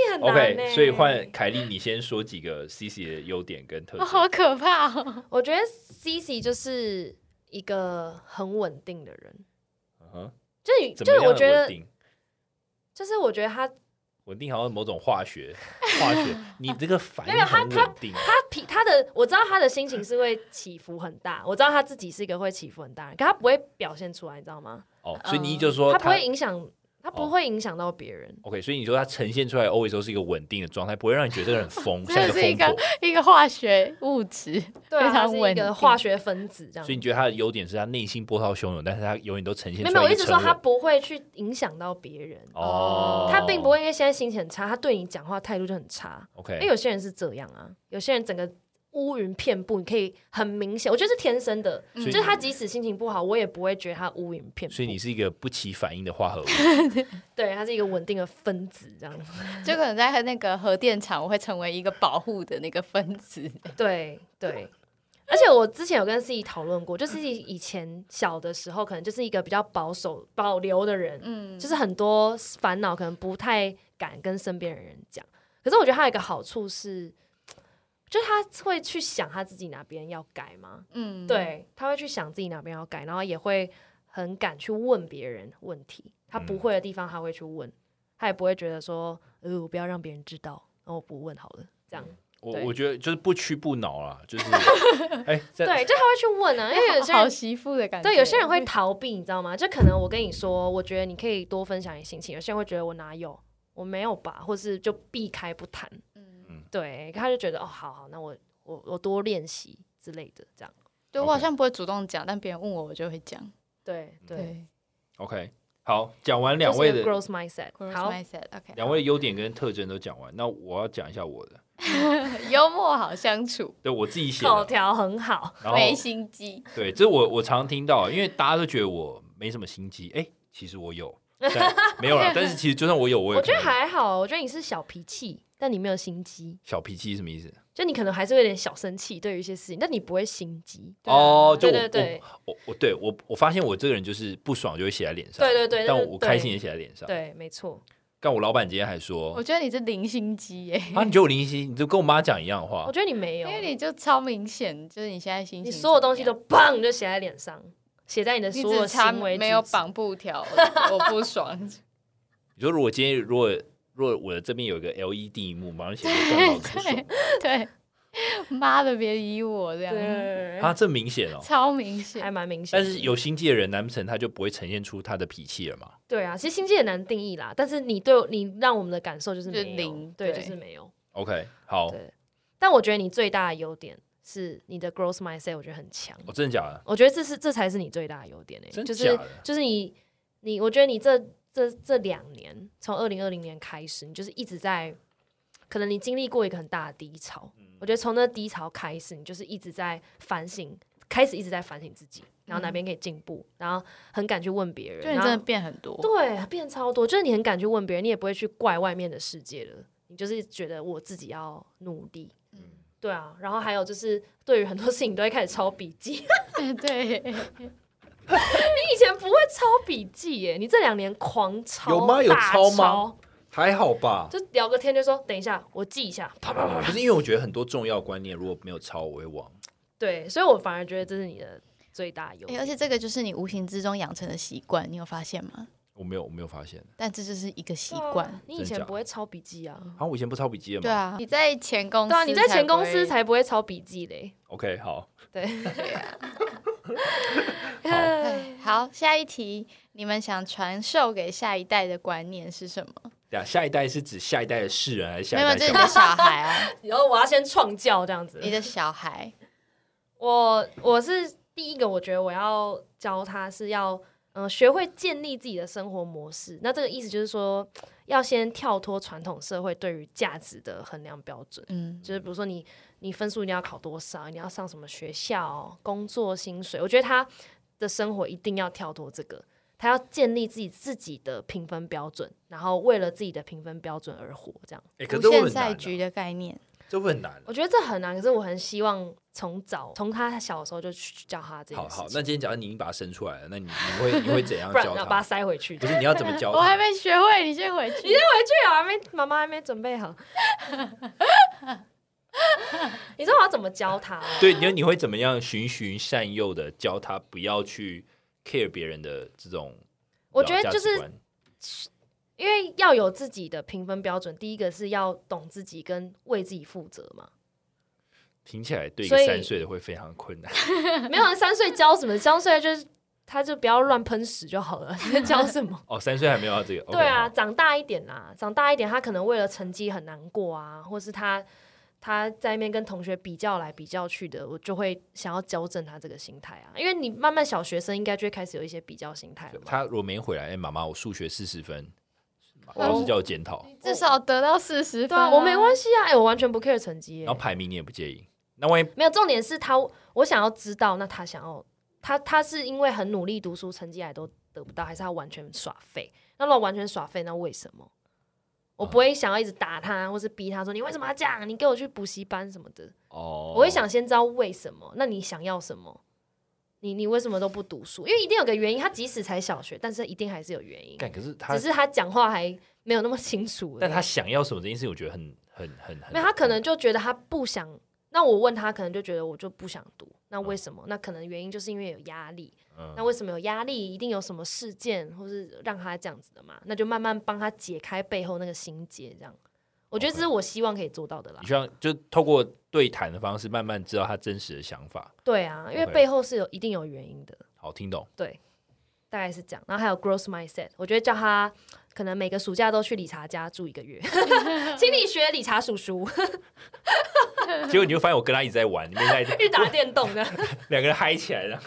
Speaker 2: 这很难欸
Speaker 3: OK，
Speaker 2: 呢。
Speaker 3: 所以换凯莉，你先说几个 C C 的优点跟特
Speaker 1: 哦、
Speaker 3: 点。
Speaker 1: 好可怕 哦！
Speaker 2: 我觉得 Cici 就是一个很稳定的人，
Speaker 3: 嗯哼
Speaker 2: 就是
Speaker 3: 怎
Speaker 2: 就
Speaker 3: 么
Speaker 2: 是
Speaker 3: 样
Speaker 2: 我觉
Speaker 3: 的稳
Speaker 2: 得，
Speaker 3: 定？
Speaker 2: 就是我觉得他啊
Speaker 3: 稳定好像某种化学，化学，你这个反
Speaker 2: 没
Speaker 3: 应
Speaker 2: 有他
Speaker 3: 很稳定。
Speaker 2: 他脾他的，我知道他的心情是会起伏很大，我知道他自己是一个会起伏很大的人，可他不会表现出来，你知道吗？
Speaker 3: 哦，所以你就说
Speaker 2: 他不会影响它不会影响到别人。
Speaker 3: OK，所以你说它呈现出来 always 都是一个稳定的状态，不会让你觉得这个人 很疯，
Speaker 1: 这
Speaker 3: 像
Speaker 1: 是一
Speaker 3: 疯婆
Speaker 1: 个。一个化学物质，
Speaker 2: 对
Speaker 1: 非
Speaker 2: 啊，它
Speaker 1: 常
Speaker 2: 是一
Speaker 1: 稳
Speaker 2: 个
Speaker 1: 定
Speaker 2: 化学分子这样
Speaker 3: 所以。你觉得他的优点是他内心波涛汹涌，但是他永远都呈现
Speaker 2: 没
Speaker 3: 出
Speaker 2: 有，
Speaker 3: 来
Speaker 2: 没有我一
Speaker 3: 个
Speaker 2: 直
Speaker 3: 沉
Speaker 2: 说
Speaker 3: 稳。
Speaker 2: 他不会去影响到别人。
Speaker 3: 哦，
Speaker 2: 他并不会因为现在心情很差，他对你讲话态度就很差。因为
Speaker 3: OK，
Speaker 2: 有些人是这样啊，有些人整个乌云遍布，你可以很明显，我觉得是天生的，
Speaker 3: 所
Speaker 2: 就
Speaker 3: 以
Speaker 2: 是他即使心情不好，我也不会觉得他乌云遍布。
Speaker 3: 所以你是一个不起反应的化 合物。
Speaker 2: 对，它是一个稳定的分子这样子。
Speaker 1: 就可能在那个核电厂，我会成为一个保护的那个分子。
Speaker 2: 对对，而且我之前有跟自己讨论过，就是 E 以前小的时候，可能就是一个比较保守、保留的人，
Speaker 1: 嗯，
Speaker 2: 就是很多烦恼可能不太敢跟身边的人讲。可是我觉得他有一个好处是，就是他会去想他自己哪边要改嘛，
Speaker 1: 嗯，
Speaker 2: 对，他会去想自己哪边要改，然后也会很敢去问别人问题，他不
Speaker 3: 嗯
Speaker 2: 会的地方他会去问，他也不会觉得说，呃，我不要让别人知道，那我不问好了，
Speaker 1: 嗯
Speaker 2: 这样。
Speaker 3: 我
Speaker 2: 对
Speaker 3: 我觉得就是不屈不挠啦，就是 哎，这
Speaker 2: 对，就他会去问啊，因为有些
Speaker 1: 好
Speaker 2: 人
Speaker 1: 媳妇的感觉。
Speaker 2: 对有些人会逃避，你知道吗？就可能我跟你说，我觉得你可以多分享你心情，有些人会觉得我哪有，我没有吧，或是就避开不谈。
Speaker 1: 嗯，
Speaker 2: 对，他就觉得哦，好好，那我我我多练习之类的，这样。
Speaker 1: 对我好
Speaker 3: OK
Speaker 1: 像不会主动讲，但别人问我，我就会讲。
Speaker 2: 对对，
Speaker 1: 对，
Speaker 3: OK 好，讲完两位
Speaker 2: 这是一
Speaker 3: 的
Speaker 2: 个 growth mindset，
Speaker 1: growth
Speaker 2: 好，
Speaker 1: mindset，OK，
Speaker 3: 两位优点跟特征都讲完，那我要讲一下我的，
Speaker 1: 幽默好相处，
Speaker 3: 对我自己写
Speaker 2: 口
Speaker 3: 的，
Speaker 2: 条很好，
Speaker 3: 然后
Speaker 1: 没心机，
Speaker 3: 对，这我我常听到，因为大家都觉得我没什么心机，哎，其实 我有，但没有啦，但是其实就算我有，我也
Speaker 2: 我觉得
Speaker 3: 可能
Speaker 2: 还好，我觉得你是小脾气，但你没有心机，
Speaker 3: 小脾气是什么意思？
Speaker 2: 就你可能还是会有点小生气，对于一些事情，但你不会心机。
Speaker 1: 对啊
Speaker 3: 哦，就
Speaker 2: 对对
Speaker 3: 我
Speaker 2: 对
Speaker 3: 我我我对我我发现我这个人就是不爽就会写在脸上，
Speaker 2: 对对对
Speaker 3: 但我
Speaker 2: 对
Speaker 3: 我开心也写在脸上。
Speaker 2: 对，没错。
Speaker 3: 但我老板今天还说
Speaker 2: 哦
Speaker 1: 我觉得你是零心机耶，
Speaker 3: 啊，你觉得我零星，你就跟我妈讲一样的话
Speaker 2: 我，觉得你没有，
Speaker 1: 因为你就超明显，就是你现在心情，
Speaker 2: 你所有东西都。砰就写在脸上，写在你的
Speaker 1: 你
Speaker 2: 所有
Speaker 1: 只差
Speaker 2: 行为
Speaker 1: 没
Speaker 2: 举
Speaker 1: 有
Speaker 2: 止。
Speaker 1: 绑布条， 我我不爽。
Speaker 3: 你说如果今天如果如果我的这边有一个 LED 幕，马上写这段老子不爽
Speaker 1: 对，妈的，别理我这样，
Speaker 2: 对，
Speaker 3: 啊，这明显哦。
Speaker 1: 超明
Speaker 2: 还
Speaker 1: 显。
Speaker 2: 蛮明显
Speaker 3: 但
Speaker 2: 的。
Speaker 3: 是有心机的人，难不成他就不会呈现出他的脾气了吗？
Speaker 2: 对啊，其实心机也难定义啦。但是你对你让我们的感受就是
Speaker 1: 就
Speaker 2: 没有
Speaker 1: 零
Speaker 2: 对，
Speaker 1: 对
Speaker 2: 就是没有。
Speaker 3: OK，好，
Speaker 2: 对，但我觉得你最大的优点是你的 growth mindset，我觉得很强。
Speaker 3: 我、真的假的？
Speaker 2: 我觉得这是这才是你最大的优点诶、欸
Speaker 3: 真
Speaker 2: 就是
Speaker 3: 假的
Speaker 2: 就是你你，我觉得你这这这两年，从二零二零年开始，你就是一直在，可能你经历过一个很大的低潮，我觉得从那低潮开始，你就是一直在反省，开始一直在反省自己，然后哪边可以进步，然后很敢去问别人，
Speaker 1: 就你
Speaker 2: 然
Speaker 1: 真
Speaker 2: 后
Speaker 1: 的变很多，
Speaker 2: 对，变超多，就是你很敢去问别人，你也不会去怪外面的世界了，你就是觉得我自己要努力。对啊，然后还有就是，对于很多事情你都会开始抄笔记。你
Speaker 1: 对，
Speaker 2: 以前不会抄笔记耶，你这两年狂抄，
Speaker 3: 有吗有
Speaker 2: 大
Speaker 3: 抄
Speaker 2: 抄
Speaker 3: 吗？还好吧，
Speaker 2: 就聊个天就说，等一下，我记一下，啪啪啪。
Speaker 3: 不是因为我觉得很多重要观念如果没有抄，我会忘。
Speaker 2: 对，所以我反而觉得这是你的最大优
Speaker 1: 欸
Speaker 2: 点。
Speaker 1: 而且这个就是你无形之中养成的习惯，你有发现吗？
Speaker 3: 我没有，我没有发现。
Speaker 1: 但这就是一个习
Speaker 2: 对啊
Speaker 1: 惯。
Speaker 2: 你以
Speaker 3: 真假
Speaker 2: 前
Speaker 3: 的
Speaker 2: 不会抄笔记啊？
Speaker 3: 好、啊，我以前不抄笔记的嘛。
Speaker 1: 对啊，你在前公司，
Speaker 2: 对啊，你在前公 司，才不会抄笔记嘞。
Speaker 3: OK，好，
Speaker 2: 对，
Speaker 1: 对啊。
Speaker 3: 好，
Speaker 1: 哎 好，下一题，你们想传授给下一代的观念是什么？
Speaker 3: 对啊，下一代是指下一代的世人还是下
Speaker 1: 没
Speaker 3: 一
Speaker 1: 有，
Speaker 3: 代
Speaker 1: 这是你
Speaker 3: 小
Speaker 1: 的
Speaker 3: 孩？
Speaker 1: 小孩啊，
Speaker 2: 然后我要先创教这样子。
Speaker 1: 你的小孩，
Speaker 2: 我我是第一个，我觉得我要教他是要嗯、呃学会建立自己的生活模式。那这个意思就是说，要先跳脱传统社会对于价值的衡量标准。
Speaker 1: 嗯，
Speaker 2: 就是比如说你你分数你要考多少，你要上什么学校，工作薪水，我觉得他的生活一定要跳脱这个，他要建立自己自己的评分标准，然后为了自己的评分标准而活，这样。
Speaker 3: 哎、可
Speaker 1: 无
Speaker 3: 是这会
Speaker 1: 限
Speaker 3: 很难、
Speaker 1: 赛
Speaker 3: 啊，
Speaker 1: 局的概念，
Speaker 3: 这会很难、啊。
Speaker 2: 我觉得这很难，可是我很希望从早从他小的时候就去教他这件
Speaker 3: 好
Speaker 2: 事情。
Speaker 3: 好，那今天假如你已经把它生出来了，那你你会你会怎样
Speaker 2: 不然
Speaker 3: 教
Speaker 2: 要把它
Speaker 3: 他？
Speaker 2: 塞回 去。
Speaker 3: 不是你要怎么教
Speaker 1: 我还
Speaker 3: 他？
Speaker 1: 没学会，你先回去。
Speaker 2: 对啊，还没妈妈还没准备好。 你知道我要怎么教他哦？
Speaker 3: 对，你你会怎么样循循善诱的教他不要去 care 别人的这种？
Speaker 2: 我觉得就
Speaker 3: 啊价值
Speaker 2: 是
Speaker 3: 观
Speaker 2: 因为要有自己的评分标准，第一个是要懂自己跟为自己负责嘛。
Speaker 3: 听起来对一
Speaker 2: 所
Speaker 3: 个
Speaker 2: 以
Speaker 3: 三岁的会非常困难。
Speaker 2: 啊没有人三岁教什么，三岁就是他就不要乱喷屎就好了，在教什么？
Speaker 3: 哦，三岁还没有到这个，
Speaker 2: 对啊，
Speaker 3: OK，
Speaker 2: 长大一点啦，长大一点，他可能为了成绩很难过啊，或是他他在那边跟同学比较来比较去的，我就会想要矫正他这个心态啊，因为你慢慢小学生应该就会开始有一些比较心态
Speaker 3: 好
Speaker 2: 了嘛。
Speaker 3: 他如果没回来，哎，妈妈，我数学四十分，老师叫我检讨，
Speaker 1: 至少得到四十
Speaker 2: 对
Speaker 1: 分、
Speaker 2: 啊，我没关系啊，哎、我完全不 care 成绩耶、
Speaker 3: 然后排名你也不介意，那万一
Speaker 2: 没有重点是他，我想要知道，那他想要他他是因为很努力读书，成绩还都得不到，还是他完全耍废？那如果完全耍废，那为什么？我不会想要一直打他，或是逼他说你为什么要这样？你给我去补习班什么的。
Speaker 3: 哦，
Speaker 2: 我会想先知道为什么。那你想要什么？你你为什么都不读书？因为一定有个原因。他即使才小学，但是一定还是有原因，
Speaker 3: 干，可是他
Speaker 2: 只，是他讲话还没有那么清楚而已。
Speaker 3: 但他想要什么这件事，我觉得很很很很，
Speaker 2: 没有，他可能就觉得他不想。那我问他，可能就觉得我就不想读。那为什么？那可能原因就是因为有压力。
Speaker 3: 嗯
Speaker 2: 那为什么有压力？一定有什么事件，或是让他这样子的嘛？那就慢慢帮他解开背后那个心结，这样。我觉得这是我希望可以做到的啦
Speaker 3: 你。希望就透过对谈的方式，慢慢知道他真实的想法，
Speaker 2: 对啊，因为
Speaker 3: OK
Speaker 2: 背后是有一定有原因的，
Speaker 3: 好听懂。
Speaker 2: 大概是这样。然后还有 growth mindset，我觉得叫他可能每个暑假都去理查家住一个月， 心理学理查叔叔
Speaker 3: 结果你就发现我跟他一直在玩，你们在
Speaker 2: 去打电动的。
Speaker 3: 两个人嗨起来了。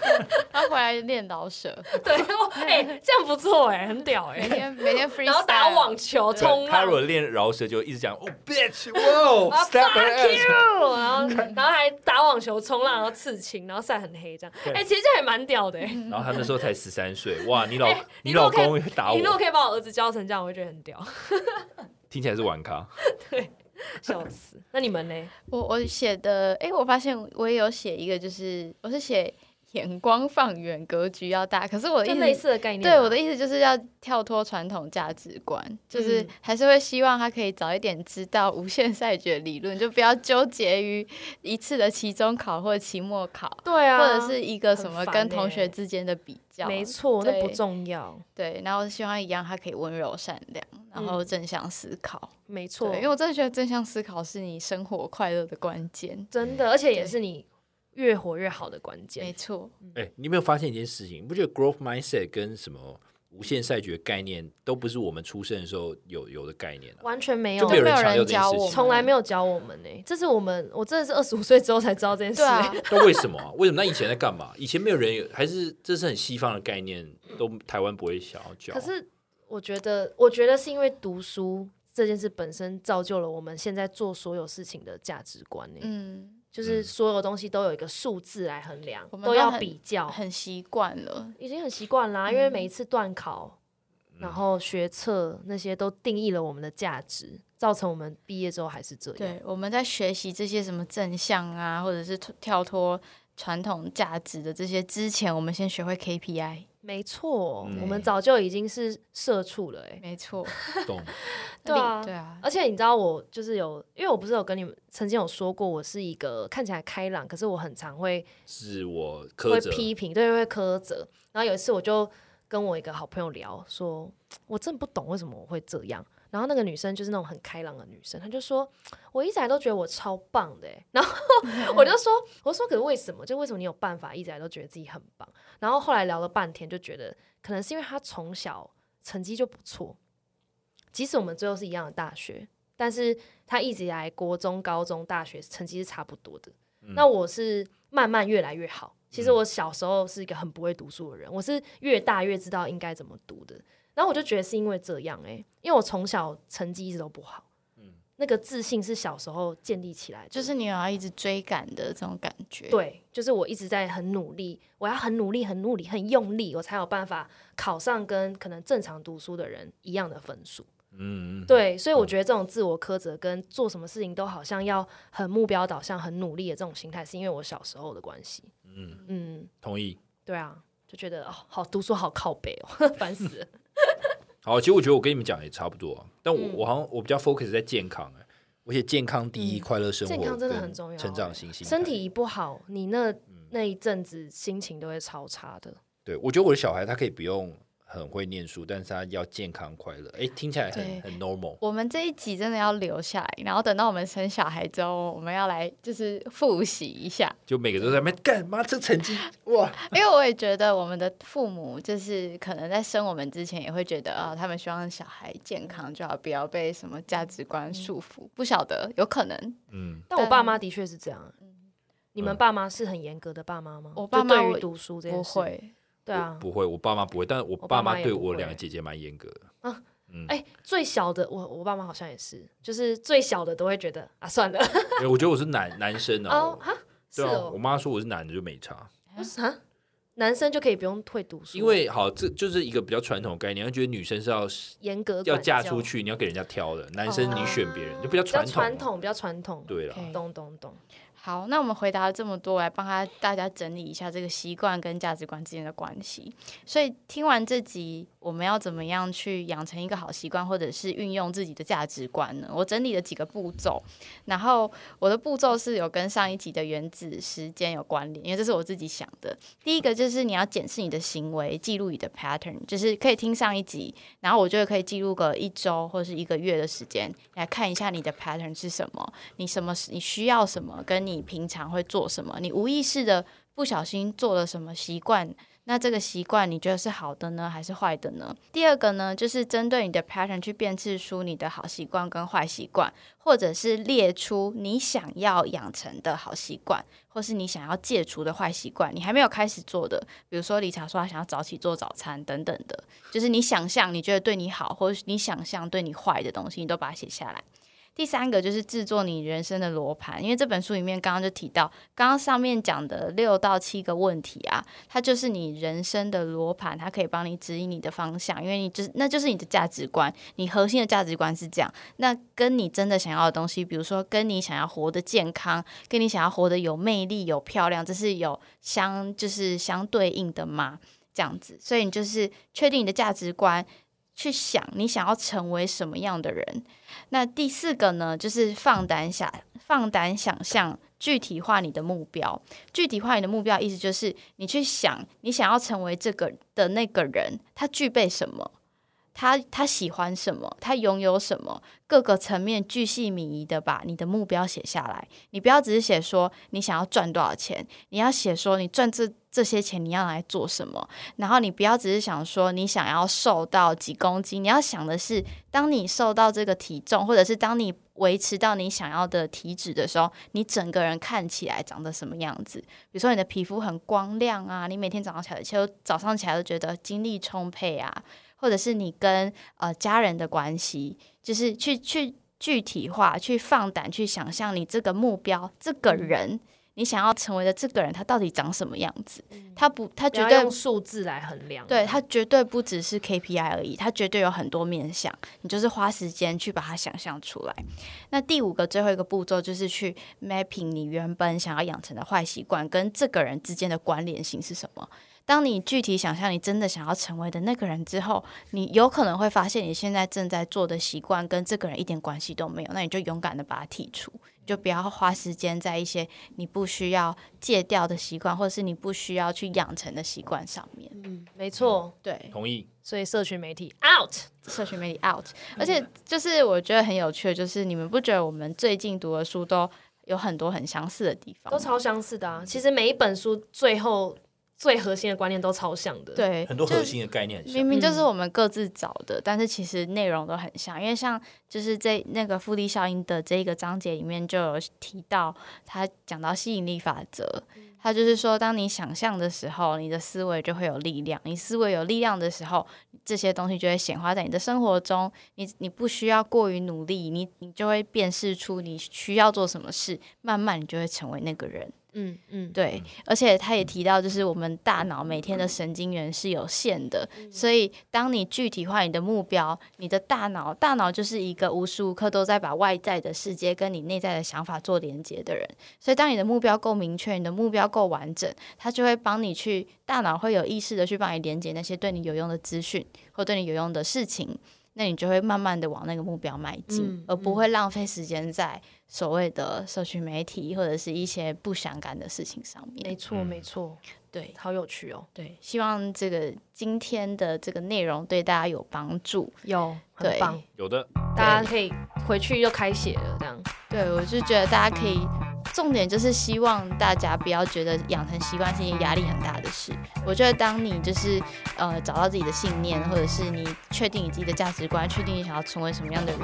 Speaker 1: 他回来练老舍，
Speaker 2: 对，我哎、这样不错哎、很屌哎、
Speaker 1: 每天每天 free，
Speaker 2: 然后打网球、 冲啊
Speaker 3: 他
Speaker 2: 浪
Speaker 3: 如。果练饶舌，就一直讲哦，bitch，哇，step
Speaker 2: Fuck
Speaker 3: her ass。
Speaker 2: you！然后， 然后还打网球、冲浪，然后刺青，然后晒很黑这样。
Speaker 3: 对
Speaker 2: 哎、其实这还蛮屌的、欸。
Speaker 3: 然后他那时候才十三岁，哇，你老
Speaker 2: 哎你
Speaker 3: 你
Speaker 2: 如
Speaker 3: 老
Speaker 2: 果可以
Speaker 3: 公会打
Speaker 2: 你如果
Speaker 3: 我，
Speaker 2: 可以把我儿子教成这样，我会觉得很 屌，
Speaker 3: 听起来是玩咖。
Speaker 2: 笑死。那你们呢？
Speaker 1: 我我写的，哎、我发现我也有写一个，就是我是写眼光放远，格局要大。可是我的
Speaker 2: 就
Speaker 1: 意
Speaker 2: 类
Speaker 1: 思，
Speaker 2: 似的概念啊。
Speaker 1: 对我的意思就是要跳脱传统价值观，就是
Speaker 2: 嗯
Speaker 1: 还是会希望他可以早一点知道无限赛局的理论，就不要纠结于一次的期中考或期末考，
Speaker 2: 对啊，
Speaker 1: 或者是一个什么
Speaker 2: 很烦
Speaker 1: 跟
Speaker 2: 欸
Speaker 1: 同学之间的比较。
Speaker 2: 没错，那不
Speaker 1: 啊对
Speaker 2: 重要。
Speaker 1: 对，然后希望一样，他可以温柔善良，然后正向思考。
Speaker 2: 没错
Speaker 1: 对，，因为我真的觉得正向思考是你生活快乐的关键。
Speaker 2: 真的，而且也
Speaker 1: 对
Speaker 2: 是你越活越好的关
Speaker 1: 没
Speaker 2: 键。
Speaker 1: 错，
Speaker 3: 哎、你有没有发现一件事情？你不觉得 growth mindset 跟什么无限赛局的概念，都不是我们出生的时候有有的概念啊？
Speaker 2: 完全没有
Speaker 3: 就没有人
Speaker 1: 就没有
Speaker 3: 强调
Speaker 1: 人
Speaker 3: 这件
Speaker 1: 教
Speaker 3: 事
Speaker 1: 我
Speaker 3: 情
Speaker 1: 们，
Speaker 2: 从来没有教我们呢、这是我们，我真的是二十五岁之后才知道这件事、
Speaker 1: 对啊，
Speaker 3: 那为什么啊？为什么？那以前在干嘛？以前没有人有，还是这是很西方的概念，都台湾不会想要教。
Speaker 2: 可是我觉得，我觉得是因为读书这件事本身造就了我们现在做所有事情的价值观呢、
Speaker 1: 嗯，
Speaker 2: 就是所有东西都有一个数字来衡量，
Speaker 1: 我们
Speaker 2: 都
Speaker 1: 都
Speaker 2: 要
Speaker 1: 很
Speaker 2: 比较，
Speaker 1: 很嗯习惯了。
Speaker 2: 已经很习惯啦。因为每一次段考，然后学测那些都定义了我们的价值，造成我们毕业之后还是这样。
Speaker 1: 对，我们在学习这些什么正向啊，或者是突跳脱传统价值的这些之前，我们先学会 KPI。
Speaker 2: 没错，
Speaker 3: 嗯
Speaker 2: 我们早就已经是社畜了、欸，
Speaker 1: 没错，
Speaker 3: 懂
Speaker 2: 对啊
Speaker 1: 理对啊，
Speaker 2: 而且你知道我就是有，因为我不是有跟你们曾经有说过，我是一个看起来开朗，可是我很常会
Speaker 3: 自我
Speaker 2: 会
Speaker 3: 苛责，
Speaker 2: 批评，对，会苛责。然后有一次我就跟我一个好朋友聊，说我真的不懂为什么我会这样。然后那个女生就是那种很开朗的女生，她就说我一直以来都觉得我超棒的欸、 然后我就说 我说可是为什么？就为什么你有办法一直以来都觉得自己很棒？然后后来聊了半天，就觉得可能是因为她从小成绩就不错，即使我们最后是一样的大学，但是她一直以来国中、高中、大学成绩是差不多的。那我是慢慢越来越好。其实我小时候是一个很不会读书的人，我是越大越知道应该怎么读的。然后我就觉得是因为这样哎、因为我从小成绩一直都不好，那个自信是小时候建立起来的，
Speaker 1: 就是你有要一直追赶的这种感觉。，
Speaker 2: 对，就是我一直在很努力，我要很努力、很努力、很用力，我才有办法考上跟可能正常读书的人一样的分数。
Speaker 3: 嗯，嗯，
Speaker 2: 对，所以我觉得这种自我苛责跟做什么事情都好像要很目标导向、很努力的这种心态，是因为我小时候的关系。
Speaker 3: 嗯
Speaker 2: 嗯，
Speaker 3: 同意。
Speaker 2: 对啊，就觉得哦，好读书好靠背哦， 烦死
Speaker 3: 嗯
Speaker 2: 了。
Speaker 3: 好，其实我觉得我跟你们讲也差不多啊、但我、
Speaker 2: 嗯
Speaker 3: 我好像我比较 focus 在健康、欸，我写健康第一，快乐生活，
Speaker 2: 嗯健康真的很重要欸
Speaker 3: 成长型心态
Speaker 2: 身体一不好，
Speaker 3: 嗯
Speaker 2: 你那那一阵子心情都会超差的。
Speaker 3: 对，我觉得我的小孩他可以不用很会念书，但是他要健康快乐。哎，听起来很
Speaker 1: 对
Speaker 3: 很 normal。
Speaker 1: 我们这一集真的要留下来，然后等到我们生小孩之后，我们要来就是复习一下，
Speaker 3: 就每个都在那边干妈这成绩哇，
Speaker 1: 因为我也觉得我们的父母就是可能在生我们之前也会觉得啊、他们希望小孩健康就好，不要被什么价值观束缚。不晓得，有可能
Speaker 3: 嗯，
Speaker 2: 但我
Speaker 1: 但
Speaker 2: 爸妈的确是这样。啊你们
Speaker 3: 嗯
Speaker 2: 爸妈是很严格的爸妈吗？
Speaker 1: 我
Speaker 2: 就
Speaker 1: 爸妈
Speaker 2: 对于
Speaker 1: 我
Speaker 2: 读书这
Speaker 1: 不
Speaker 2: 件事，
Speaker 1: 会。
Speaker 2: 对啊
Speaker 3: 我。不会，我爸妈不会，但我
Speaker 2: 我
Speaker 3: 爸
Speaker 2: 爸
Speaker 3: 妈
Speaker 2: 妈也
Speaker 3: 对
Speaker 2: 不
Speaker 3: 我
Speaker 2: 会
Speaker 3: 两个姐姐蛮严格的。嗯
Speaker 2: 哎、最小的我我爸妈好像也是，就是最小的都会觉得啊，算了，
Speaker 3: 因为我觉得我是男男生
Speaker 2: 哦
Speaker 3: 哦，
Speaker 2: 哈，是
Speaker 3: 对啊，我
Speaker 2: 哦，
Speaker 3: 妈说我是男的就没差，
Speaker 2: 不是哈，男生就可以不用会读书，
Speaker 3: 因为好这就是一个比较传统的概念，她觉得女生是要
Speaker 2: 严格
Speaker 3: 要
Speaker 2: 管
Speaker 3: 嫁
Speaker 2: 教哦
Speaker 3: 出，去，你要给人家挑的，男生你选别人就比较
Speaker 2: 比较
Speaker 3: 传统
Speaker 2: 传
Speaker 3: 嘛。
Speaker 2: 统，比较传统，
Speaker 3: 对啦，
Speaker 1: OK
Speaker 2: 懂懂懂。
Speaker 1: 好，那我们回答了这么多，我来帮他大家整理一下这个习惯跟价值观之间的关系。所以听完这集，我们要怎么样去养成一个好习惯，或者是运用自己的价值观呢？我整理了几个步骤，然后我的步骤是有跟上一集的原子时间有关联，因为这是我自己想的。第一个就是你要检视你的行为，记录你的 pattern，就是可以听上一集，然后我觉得可以记录个一周或是一个月的时间，来看一下你的 pattern 是什么。你什么时你需要什么，跟你平常会做什么，你无意识的不小心做了什么习惯，那这个习惯你觉得是好的呢，还是坏的呢？第二个呢，就是针对你的 pattern 去辨识出你的好习惯跟坏习惯，或者是列出你想要养成的好习惯，或是你想要戒除的坏习惯，你还没有开始做的，比如说理查说他想要早起做早餐等等的，就是你想象你觉得对你好，或是你想象对你坏的东西，你都把它写下来。第三个就是制作你人生的罗盘，因为这本书里面刚刚就提到，刚刚上面讲的六到七个问题啊，它就是你人生的罗盘，它可以帮你指引你的方向，因为你就是那就是你的价值观，你核心的价值观是这样，那跟你真的想要的东西，比如说跟你想要活得健康，跟你想要活得有魅力、有漂亮，这是有相就是相对应的嘛，这样子，所以你就是确定你的价值观，去想你想要成为什么样的人。那第四个呢，就是放胆想，放胆想象，具体化你的目标。具体化你的目标，意思就是你去想你想要成为这个的那个人，他具备什么。他他喜欢什么？他拥有什么？各个层面巨细靡遗的把你的目标写下来。你不要只是写说你想要赚多少钱，你要写说你赚这这些钱你要拿来做什么。然后你不要只是想说你想要瘦到几公斤，你要想的是，当你瘦到这个体重，或者是当你维持到你想要的体脂的时候，你整个人看起来长得什么样子？比如说你的皮肤很光亮啊，你每天早上起来就早上起来都觉得精力充沛啊，或者是你跟呃家人的关系，就是去去具体化，去放胆去想象你这个目标，这个
Speaker 2: 嗯
Speaker 1: 人。你想要成为的这个人，他到底长什么样子？他不，他
Speaker 2: 嗯不
Speaker 1: 绝
Speaker 2: 要
Speaker 1: 对
Speaker 2: 用数字来衡量，
Speaker 1: 对，它绝对不只是 KPI 而已，它绝对有很多面向，你就是花时间去把它想象出来。那第五个最后一个步骤就是去 mapping 你原本想要养成的坏习惯跟这个人之间的关联性是什么。当你具体想象你真的想要成为的那个人之后，你有可能会发现你现在正在做的习惯跟这个人一点关系都没有，那你就勇敢的把它剔除，就不要花时间在一些你不需要戒掉的习惯，或者是你不需要去养成的习惯上面。
Speaker 2: 嗯，没错。
Speaker 1: 对，
Speaker 3: 同意。
Speaker 2: 所以社群媒体 out，
Speaker 1: 社群媒体 out，而
Speaker 3: 嗯
Speaker 1: 且就是我觉得很有趣的，就是你们不觉得我们最近读的书都有很多很相似的地方
Speaker 2: 都
Speaker 1: 吗？
Speaker 2: 超相似的
Speaker 3: 嗯
Speaker 2: 啊。其实每一本书最后最核心的观念都超像的。，
Speaker 1: 对，
Speaker 3: 很多
Speaker 1: 就
Speaker 3: 核心的概念很
Speaker 1: 明
Speaker 3: 像，
Speaker 1: 明就是我们各自找的，但是其实内容都很像，因为像就是这那个复利效应的这一个章节里面就有提到，他讲到吸引力法则，他就是说，当你想象的时候，你的思维就会有力量，你思维有力量的时候，这些东西就会显化在你的生活中，你你不需要过于努力，你你就会辨识出你需要做什么事，慢慢你就会成为那个人。
Speaker 2: 嗯嗯，
Speaker 1: 对，而且他也提到，就是我们大脑每天的神经元是有限的，
Speaker 2: 嗯
Speaker 1: 所以当你具体化你的目标，你的大脑，大脑就是一个无时无刻都在把外在的世界跟你内在的想法做连接的人。所以，当你的目标够明确，你的目标够完整，它就会帮你去，大脑会有意识的去帮你连接那些对你有用的资讯或对你有用的事情。那你就会慢慢的往那个目标迈进，
Speaker 2: 嗯
Speaker 1: 而不会浪费时间在所谓的社群媒体或者是一些不相干的事情上面。
Speaker 3: 嗯
Speaker 2: 没错没错。
Speaker 1: 对
Speaker 2: 好有趣哦，
Speaker 1: 对，希望这个今天的这个内容对大家有帮助。
Speaker 2: 有很
Speaker 1: 对
Speaker 2: 棒，
Speaker 3: 有的
Speaker 2: 大家可以回去又开写了这样。
Speaker 1: 对，我就觉得大家可以，重点就是希望大家不要觉得养成习惯是一件压力很大的事。我觉得当你就是呃找到自己的信念，或者是你确定你自己的价值观，确定你想要成为什么样的人，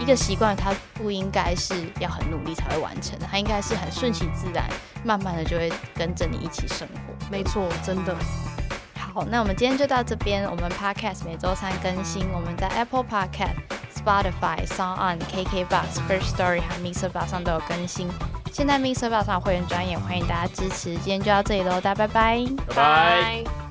Speaker 1: 一个习惯它不应该是要很努力才会完成的，它应该是很顺其自然，慢慢的就会跟着你一起生活。
Speaker 2: 没错，真的，
Speaker 1: 好，那我们今天就到这边。我们 Podcast 每周三更新，我们在 Apple Podcast、Spotify、Sound On、KKBox、First Story 和 Mixer Box 上都有更新。现在 Mixer Box 上有会员专业，欢迎大家支持。今天就到这里喽，大家拜拜。
Speaker 3: 拜拜。
Speaker 2: 拜